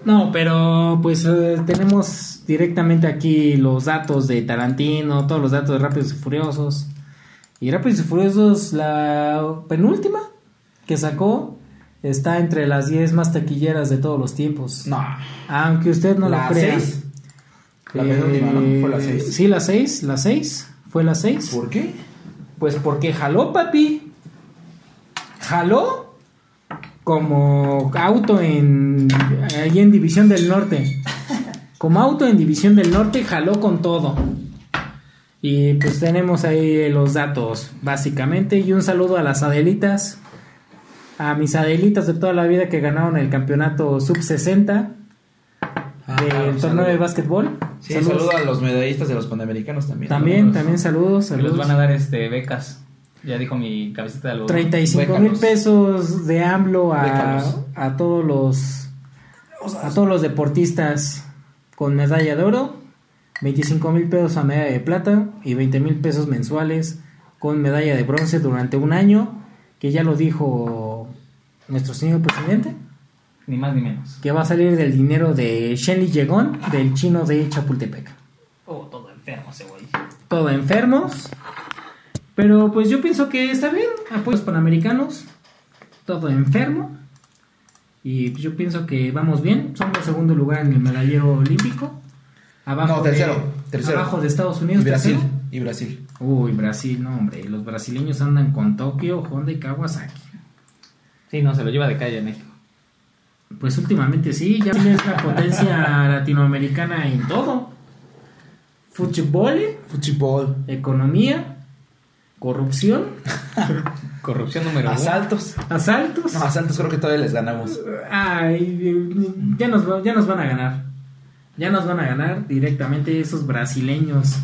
Speaker 3: No, pero pues eh, tenemos directamente aquí los datos de Tarantino, todos los datos de Rápidos y Furiosos. Y Rápidos y Furiosos, la penúltima que sacó, está entre las 10 más taquilleras de todos los tiempos.
Speaker 5: No.
Speaker 3: Aunque usted no
Speaker 5: ¿La
Speaker 3: lo crea.
Speaker 5: seis? La penúltima, ¿no? Fue la
Speaker 4: Eh,
Speaker 5: seis.
Speaker 3: Sí, la 6, la 6, fue la 6.
Speaker 5: ¿Por qué?
Speaker 3: Pues porque jaló, papi. Jaló como auto en. Ahí en División del Norte. Como auto en División del Norte, jaló con todo. Y pues tenemos ahí los datos, básicamente. Y un saludo a las Adelitas. A mis Adelitas de toda la vida que ganaron el campeonato sub-60
Speaker 5: Ah,
Speaker 3: del
Speaker 4: pues,
Speaker 5: claro, un
Speaker 3: torneo de
Speaker 5: saludo.
Speaker 3: básquetbol.
Speaker 5: Sí,
Speaker 3: Saludos.
Speaker 5: saludo a los medallistas de los panamericanos también.
Speaker 3: También, también saludos.
Speaker 4: Que Les
Speaker 3: saludos.
Speaker 4: van a dar este becas. Ya dijo mi cabecita de algodón.
Speaker 3: 35 mil
Speaker 5: Déjalos.
Speaker 3: pesos de AMLO a,
Speaker 5: Déjalos.
Speaker 3: a todos los a todos los deportistas con medalla de oro, 25 mil pesos a medalla de plata y 20 mil pesos mensuales con medalla de bronce durante un año, que ya lo dijo nuestro señor presidente,
Speaker 4: Ni más ni menos.
Speaker 3: que va a salir del dinero de Shenli Yegon, del chino de Chapultepec.
Speaker 4: Oh, todo enfermo ese güey.
Speaker 3: Todo enfermos, pero pues yo pienso que está bien, apoyos panamericanos, todo enfermo. Y pues, yo pienso que vamos bien. Somos segundo lugar en el medallero olímpico. Abajo
Speaker 5: No, tercero,
Speaker 3: De,
Speaker 5: tercero.
Speaker 3: Abajo de Estados
Speaker 5: Y
Speaker 3: Unidos.
Speaker 5: Brasil.
Speaker 3: tercero.
Speaker 5: Y Brasil.
Speaker 3: Uy, Brasil, no, hombre. Los brasileños andan con Tokio, Honda y Kawasaki.
Speaker 4: Sí, no, se lo lleva de calle a México.
Speaker 3: Pues últimamente sí, ya es la potencia latinoamericana en todo. Fútbol,
Speaker 5: Fútbol.
Speaker 3: economía, corrupción,
Speaker 4: Corrupción número uno.
Speaker 5: Asaltos.
Speaker 3: asaltos.
Speaker 5: No, asaltos creo que todavía les ganamos.
Speaker 3: Ay, ya nos, va- ya nos van a ganar. Ya nos van a ganar directamente esos brasileños.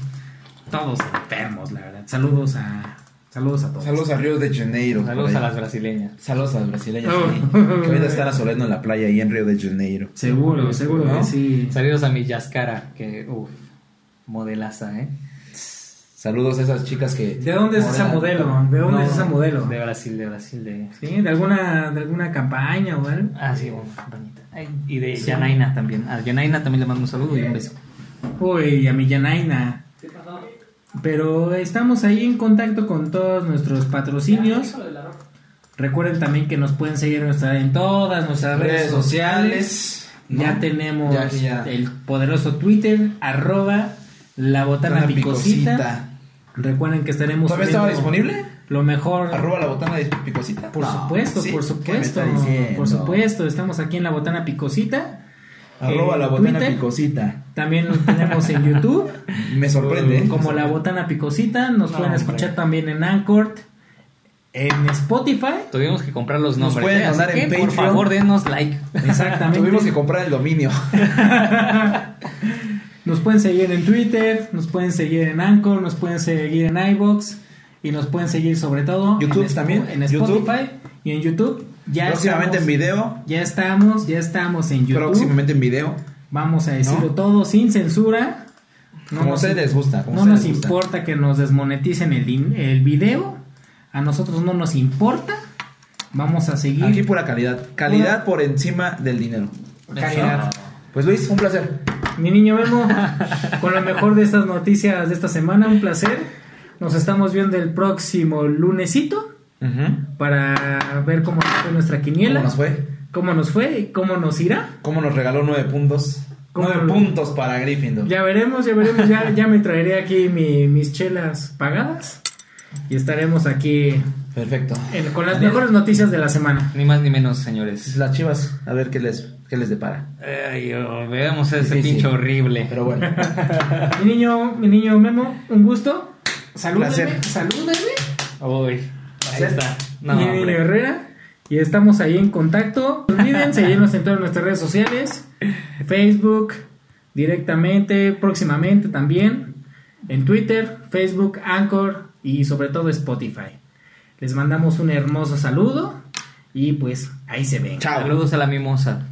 Speaker 3: Todos enfermos, la verdad. Saludos a, saludos a todos.
Speaker 5: Saludos a Río de Janeiro.
Speaker 4: Saludos
Speaker 5: por
Speaker 4: a
Speaker 5: ahí.
Speaker 4: las brasileñas.
Speaker 5: Saludos a las brasileñas.
Speaker 3: Oh.
Speaker 5: sí, que ahorita están asoleando en la playa ahí en Río de Janeiro.
Speaker 3: Seguro, seguro
Speaker 4: ¿No?
Speaker 3: que sí.
Speaker 4: Saludos a mi Yascara, que, uff, modelaza, ¿eh?
Speaker 5: Saludos a esas chicas que.
Speaker 3: ¿De dónde es esa modelo? ¿De dónde es esa modelo?
Speaker 4: De Brasil, de Brasil, de...
Speaker 3: Sí, de alguna, de alguna campaña o algo.
Speaker 4: Ah, sí, bueno, bonita. Ay, Y de Yanaina también. A Yanaina también le mando un saludo y un beso.
Speaker 3: Uy, a mi Yanaina. Pero estamos ahí en contacto con todos nuestros patrocinios. Recuerden también que nos pueden seguir en nuestra- en todas nuestras redes sociales.
Speaker 5: ¿no?
Speaker 3: Ya tenemos
Speaker 5: Ya, ya.
Speaker 3: el poderoso Twitter, arroba la botana
Speaker 5: Botana
Speaker 3: picosita.
Speaker 5: picosita.
Speaker 3: Recuerden que estaremos.
Speaker 5: ¿Todavía estaba
Speaker 3: subiendo
Speaker 5: disponible?
Speaker 3: Lo mejor.
Speaker 5: Arroba la botana de picosita.
Speaker 3: Por
Speaker 5: No,
Speaker 3: supuesto,
Speaker 5: ¿sí?
Speaker 3: por
Speaker 5: ¿Qué me
Speaker 3: supuesto.
Speaker 5: está diciendo?
Speaker 3: Por supuesto, estamos aquí en la botana picosita.
Speaker 5: Arroba
Speaker 3: Eh,
Speaker 5: la botana
Speaker 3: Twitter.
Speaker 5: picosita.
Speaker 3: También lo tenemos en YouTube,
Speaker 5: Me sorprende. ¿eh?
Speaker 3: como la botana picosita. Nos
Speaker 4: No,
Speaker 3: pueden
Speaker 4: hombre.
Speaker 3: escuchar también en Anchor, en Spotify.
Speaker 4: Tuvimos que comprar los
Speaker 5: Nos
Speaker 4: nombres.
Speaker 5: pueden
Speaker 4: ¿eh? Así
Speaker 5: donar en
Speaker 4: que, por
Speaker 5: Patreon.
Speaker 4: favor, denos like.
Speaker 3: Exactamente.
Speaker 5: Tuvimos que comprar el dominio.
Speaker 3: Nos pueden seguir en Twitter, nos pueden seguir en Anchor, nos pueden seguir en iBox y nos pueden seguir sobre todo
Speaker 5: YouTube
Speaker 3: en Sp-
Speaker 5: también,
Speaker 3: en Spotify
Speaker 5: YouTube.
Speaker 3: y en YouTube. Ya
Speaker 5: Próximamente en
Speaker 3: estamos,
Speaker 5: video.
Speaker 3: Ya estamos, ya estamos en YouTube.
Speaker 5: Próximamente en video.
Speaker 3: Vamos a decirlo
Speaker 5: ¿No?
Speaker 3: todo sin censura.
Speaker 5: Como a
Speaker 3: nos
Speaker 5: ustedes
Speaker 3: im-
Speaker 5: les gusta, como a
Speaker 3: No
Speaker 5: ustedes
Speaker 3: nos
Speaker 5: les gusta.
Speaker 3: importa que nos desmoneticen el, din- el video. A nosotros no nos importa. Vamos a seguir.
Speaker 5: Aquí pura calidad. Calidad por encima del dinero.
Speaker 3: Calidad.
Speaker 5: Pues Luis, un placer.
Speaker 3: Mi niño Memo, con lo mejor de estas noticias de esta semana, un placer. Nos estamos viendo el próximo lunesito para ver cómo nos fue nuestra
Speaker 5: ¿Cómo
Speaker 3: quiniela.
Speaker 5: nos fue?
Speaker 3: cómo nos fue y cómo nos irá.
Speaker 5: ¿Cómo nos regaló nueve puntos?
Speaker 3: ¿Cómo
Speaker 5: Nueve
Speaker 3: lo-
Speaker 5: puntos para Gryffindor.
Speaker 3: Ya veremos, ya veremos, ya, ya me traeré aquí mi- mis chelas pagadas y estaremos aquí
Speaker 5: Perfecto.
Speaker 3: en- con las mejores noticias de la semana.
Speaker 4: Ni más ni menos, señores.
Speaker 5: Las chivas, a ver qué les, qué les depara.
Speaker 4: Ay, oh, veamos ese
Speaker 5: Difícil.
Speaker 4: pinche
Speaker 3: Eh.
Speaker 4: horrible.
Speaker 5: Pero bueno,
Speaker 3: Mi niño, mi niño Memo, un gusto. Salúdeme,
Speaker 5: Placer.
Speaker 3: salúdeme.
Speaker 4: Uy, ahí está. No,
Speaker 3: mi niño
Speaker 4: hombre.
Speaker 3: Herrera. Y estamos ahí en contacto. No olviden seguirnos en todas nuestras redes sociales. Facebook, directamente, próximamente también. En Twitter, Facebook, Anchor y sobre todo Spotify. Les mandamos un hermoso saludo y pues ahí se ven.
Speaker 5: chao.
Speaker 4: Saludos a la mimosa.